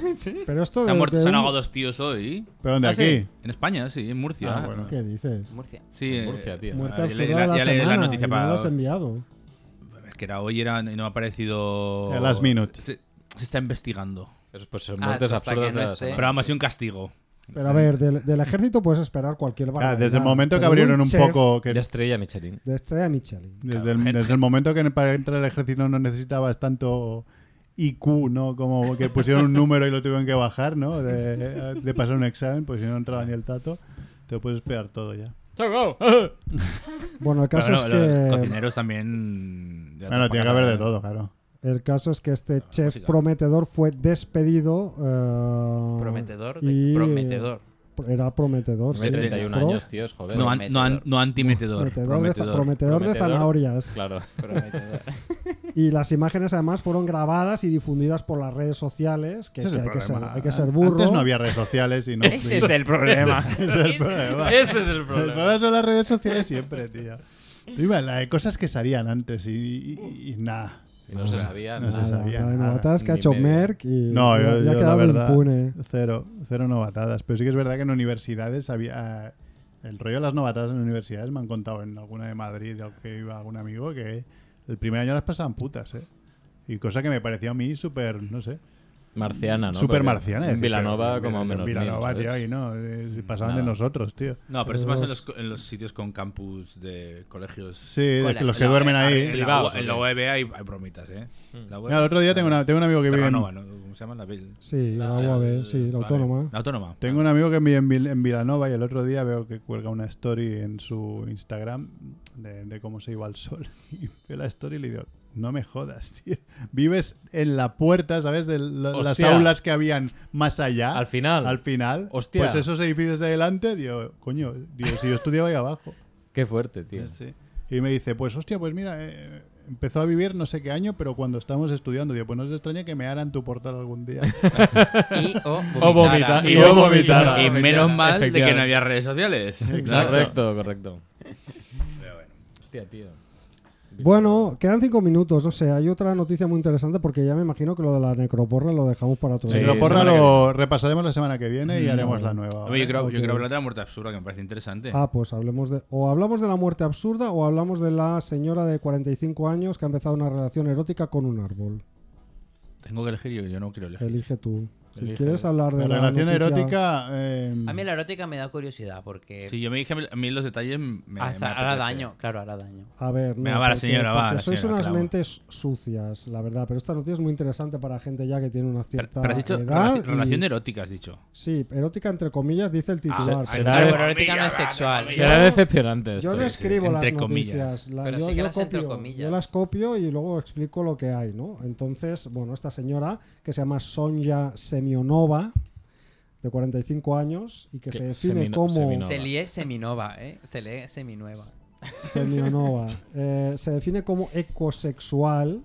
Pero esto Se de- han, muerto, de se han un- ahogado dos tíos hoy. ¿Pero dónde? Ah, sí. ¿Aquí? En España, sí, en Murcia. Ah, bueno. ¿Qué dices? Murcia. Sí, eh, Murcia, tío. Muerte ya le- absurda ya- de la ya leí la semana, noticia y no para- lo has enviado. Es que era hoy era, y no me ha parecido. El last minute. Se, se está investigando. Es- Pues son Ah, muertes hasta absurdas que no de la esté. semana. Pero vamos, ha sido un castigo. Pero a ver, del, del ejército puedes esperar cualquier Claro, barbaridad. Eh. Ah, desde el momento que pero abrieron un chef poco... Que, De estrella Michelin. De estrella Michelin. desde, el, desde el momento que para entrar al ejército no necesitabas tanto IQ, ¿no? Como que pusieron un número y lo tuvieron que bajar, ¿no? De, de pasar un examen, pues si no entraba ni el tato, te puedes esperar todo ya. Bueno, el caso Pero no, los es que cocineros también. Mm, ya Bueno, tampoco tiene que haber de saben. todo, claro. el caso es que este chef música. prometedor fue despedido. eh, Prometedor. de- y, eh, prometedor. Era prometedor. sí. 31 Pro- años, tío, es joven. No, an- no, an- no antimetedor. Prometedor, de, za- prometedor. prometedor de Prometedor. zanahorias. Claro. Y las imágenes además fueron grabadas y difundidas por las redes sociales, que, Ese es que el hay, que ser, problema. hay que ser burro. Antes no había redes sociales y no... Ese es el problema. Ese es el problema. Ese es el El problema son las redes sociales siempre, tío. Tú ibas la de cosas que salían antes y, y- y nada. Y no se sabía. No se nada. Nada, sabía nada de nada. novatadas que ha Ni hecho medio. Merck y No, y yo, ha yo, la quedado verdad, impune. cero, cero novatadas. Pero sí que es verdad que en universidades había... eh, El rollo de las novatadas en universidades me han contado en alguna de Madrid, de que iba algún amigo, que el primer año las pasaban putas, ¿eh? Y cosa que me pareció a mí súper, no sé, Marciana, Ah, ¿no? súper Porque marciana. En decir, Vilanova, pero- como menos. mil, Vilanova, ¿sabes? tío, y no, eh, se pasaban de Nada. nosotros, tío. No, pero eso más Los- en los, co- en los sitios con campus de colegios. Sí, de Con la- que los que la- duermen en la- ahí. En la, Privados, en la ¿o qué? UAB hay, hay bromitas, ¿eh? La UAB, Mira, el otro día tengo, una- tengo un amigo que vive en, Terranova, ¿no? ¿Cómo se llama? La, E vil- Sí, la hostia, UAB, E el- sí, la vale. autónoma. La autónoma. Tengo un amigo que vive en, Vil- en Vilanova y el otro día veo que cuelga una story en su Instagram de, de cómo se iba al sol. Y veo la story y le digo, no me jodas, tío. Vives en la puerta, ¿sabes? De lo- las Hostia. aulas que habían más allá. Al final. Al final. Hostia. Pues esos edificios de adelante, digo, coño, digo, si yo estudiaba ahí abajo. Qué fuerte, tío. Sí. Y me dice, pues hostia, pues mira, eh, empezó a vivir no sé qué año, pero cuando estábamos estudiando, digo, pues no se extraña que me haran tu portal algún día. Y o O vomitar. vomita- Y o vomitar. Y menos mal de que Efectivamente. no había redes sociales. Exacto. Correcto, correcto. Hostia, tío. Bueno, quedan cinco minutos, no sé, hay otra noticia muy interesante porque ya me imagino que lo de la necroporra lo dejamos para otro Sí. día. Pero porra semana que lo repasaremos la semana que viene y Mm, haremos vale. la nueva. Hombre, yo ¿vale? creo, yo Ok. creo hablar de la muerte absurda, que me parece interesante. Ah, pues hablemos de... O hablamos de la muerte absurda o hablamos de la señora de 45 años que ha empezado una relación erótica con un árbol. Tengo que elegir yo, yo no quiero elegir. Elige tú. Si Elige. quieres hablar de La la, relación noticia- erótica. eh, A mí la erótica me da curiosidad porque Sí, yo me dije, a mí los detalles me. hasta- me hará apetece. daño. Claro, hará daño. A ver, no, Venga, va la porque- señora, va porque la sois señora, unas claro. mentes sucias, la verdad, pero esta noticia es muy interesante para gente ya que tiene una Pero, cierta pero has dicho edad. relaci- y- relación Ah, erótica, has dicho. Sí, erótica entre comillas dice el titular. se- pero- será- Claro, de- pero erótica no es sexual. Será decepcionante Yo esto. no escribo entre las comillas. noticias, la- Pero yo, sí que yo las entre copio, comillas. yo las copio y luego explico lo que hay, ¿no? Entonces, bueno, esta señora que se llama Sonja Semionova, de 45 años, y que Que se define Semino- como Seminova. Se lee seminova, ¿eh? Se lee seminueva. Semionova, eh, se define como ecosexual,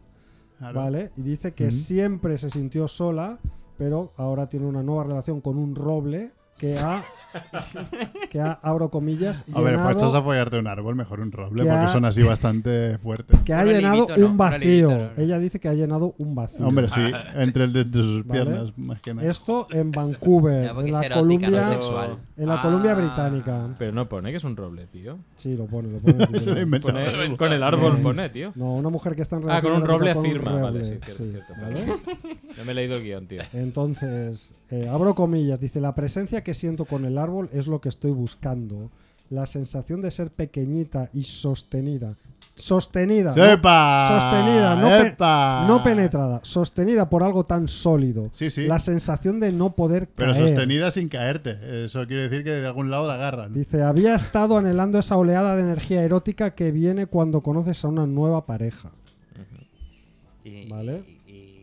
claro. ¿vale? Y dice que siempre se sintió sola, pero ahora tiene una nueva relación con un roble que ha, que ha abro comillas, A ver, pues estás llenado- a follarte un árbol, mejor un roble, que porque ha- son así bastante fuertes. que ha Un llenado olivito, no, un un vacío. olivito, no, no. Ella dice que ha llenado un vacío. Hombre, Ah. sí, entre el de tus Vale. piernas, más que nada. Esto en Ya, Vancouver, porque en es la erótica, no Columbia, sexual. en la Ah. Columbia Británica. Pero no pone que es un roble, tío. Sí, lo pone, lo pone. Se lo he inventado. Pues, eh, Pone- con el árbol pone, tío. No, una mujer que está en Ah, con un erótica roble con un afirma. Vale, roble, sí, cierto, sí, cierto, ¿vale? vale. No me he leído el guión, tío. Entonces, eh, abro comillas, dice, la presencia que siento con el árbol es lo que estoy buscando. La sensación de ser pequeñita y sostenida. Sostenida. ¿no? ¡Epa! Sostenida, no, pe- ¡Epa! no penetrada. Sostenida por algo tan sólido. Sí, sí. La sensación de no poder Pero caer. sostenida sin caerte. Eso quiere decir que de algún lado la agarran. Dice, había estado anhelando esa oleada de energía erótica que viene cuando conoces a una nueva pareja. Y- Vale. y- y-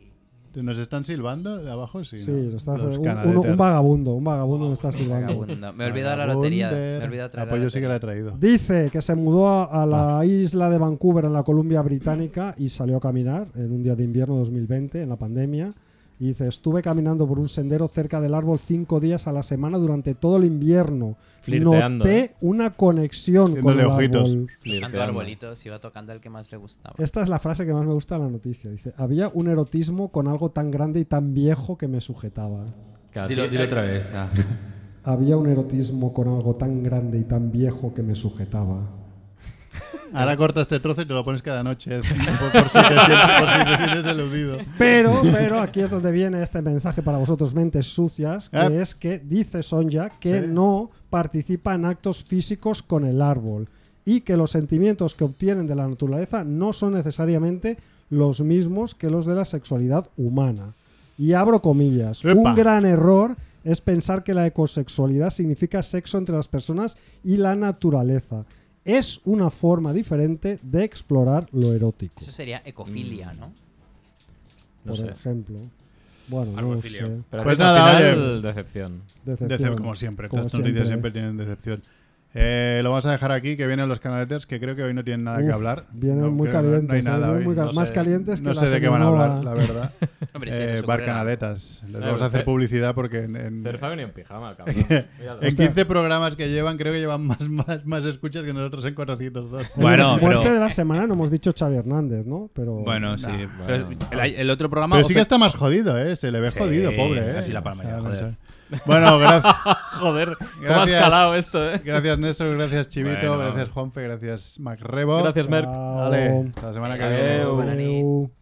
¿Nos están silbando de abajo? Sí, Sí, ¿no? lo estás- Los un, uno- canadetas. un vagabundo, un vagabundo lo está silbando. vagabundo. Me he olvidado la lotería. Me he Vagabunder. olvidado traer Ah, pues la yo sí que la he lotería. traído. Dice que se mudó a, a la isla de Vancouver en la Columbia Británica y salió a caminar en un día de invierno 2020, en la pandemia. Y dice, estuve caminando por un sendero cerca del árbol cinco días a la semana durante todo el invierno. Flirteando, Noté ¿eh? una conexión con Haciéndole el ojitos. árbol. Tocando Flirteando. arbolitos, iba tocando el que más le gustaba. Esta es la frase que más me gusta en la noticia. Dice, había un erotismo con algo tan grande y tan viejo que me sujetaba. Claro, Dilo, tío, dilo eh, otra vez. ah. Había un erotismo con algo tan grande y tan viejo que me sujetaba. Ahora corta este trozo y te lo pones cada noche. Por, por si te sientes, por si te sientes eludido. Pero, pero aquí es donde viene este mensaje para vosotros, mentes sucias, que Eh. es que dice Sonja que no participa en actos físicos con el árbol y que los sentimientos que obtienen de la naturaleza no son necesariamente los mismos que los de la sexualidad humana. Y abro comillas, Epa. un gran error es pensar que la ecosexualidad significa sexo entre las personas y la naturaleza. Es una forma diferente de explorar lo erótico Eso sería ecofilia, ¿no? No por sé. ejemplo. Bueno, no Arbolfilio. sé. Pero Pues pues nada, nada, al final, decepción. Decepción. Decep- como siempre, Como estas noticias siempre tienen decepción. Eh, lo vamos a dejar aquí, que vienen los canaletes, que creo que hoy no tienen nada que Uf, hablar. Vienen No, muy creo que no- no hay calientes, ¿eh? nada Vienen hoy. muy cal- No más sé- calientes que No la sé de qué van a hablar, la seminova. verdad. Hombre, si Eh, nos bar ocurre algo. canaletas. Les Claro, vamos a hacer eh, Cer- publicidad porque en, en- Cerfa venía en pijama, cabrón. Mira, en 15 programas que llevan, creo que llevan más, más, más escuchas que nosotros en 402. Bueno, Muerte pero- de la semana no hemos dicho Xavi Hernández, ¿no? Pero Bueno, sí. pero bueno. el, el otro programa. Pero sí que ofe- está más jodido, ¿eh? Se le ve Sí, jodido, pobre, ¿eh? así la palma ya, no joder. sé. Bueno, gracias. Joder, ¿cómo has Gracias, calado esto, eh? Gracias, Néstor. Gracias, Chivito. Bueno. Gracias, Juanfe. Gracias, Macrebo. Gracias, Merck. chao. Vale, hasta la semana que viene. Adeu. Buena nit. Adeu.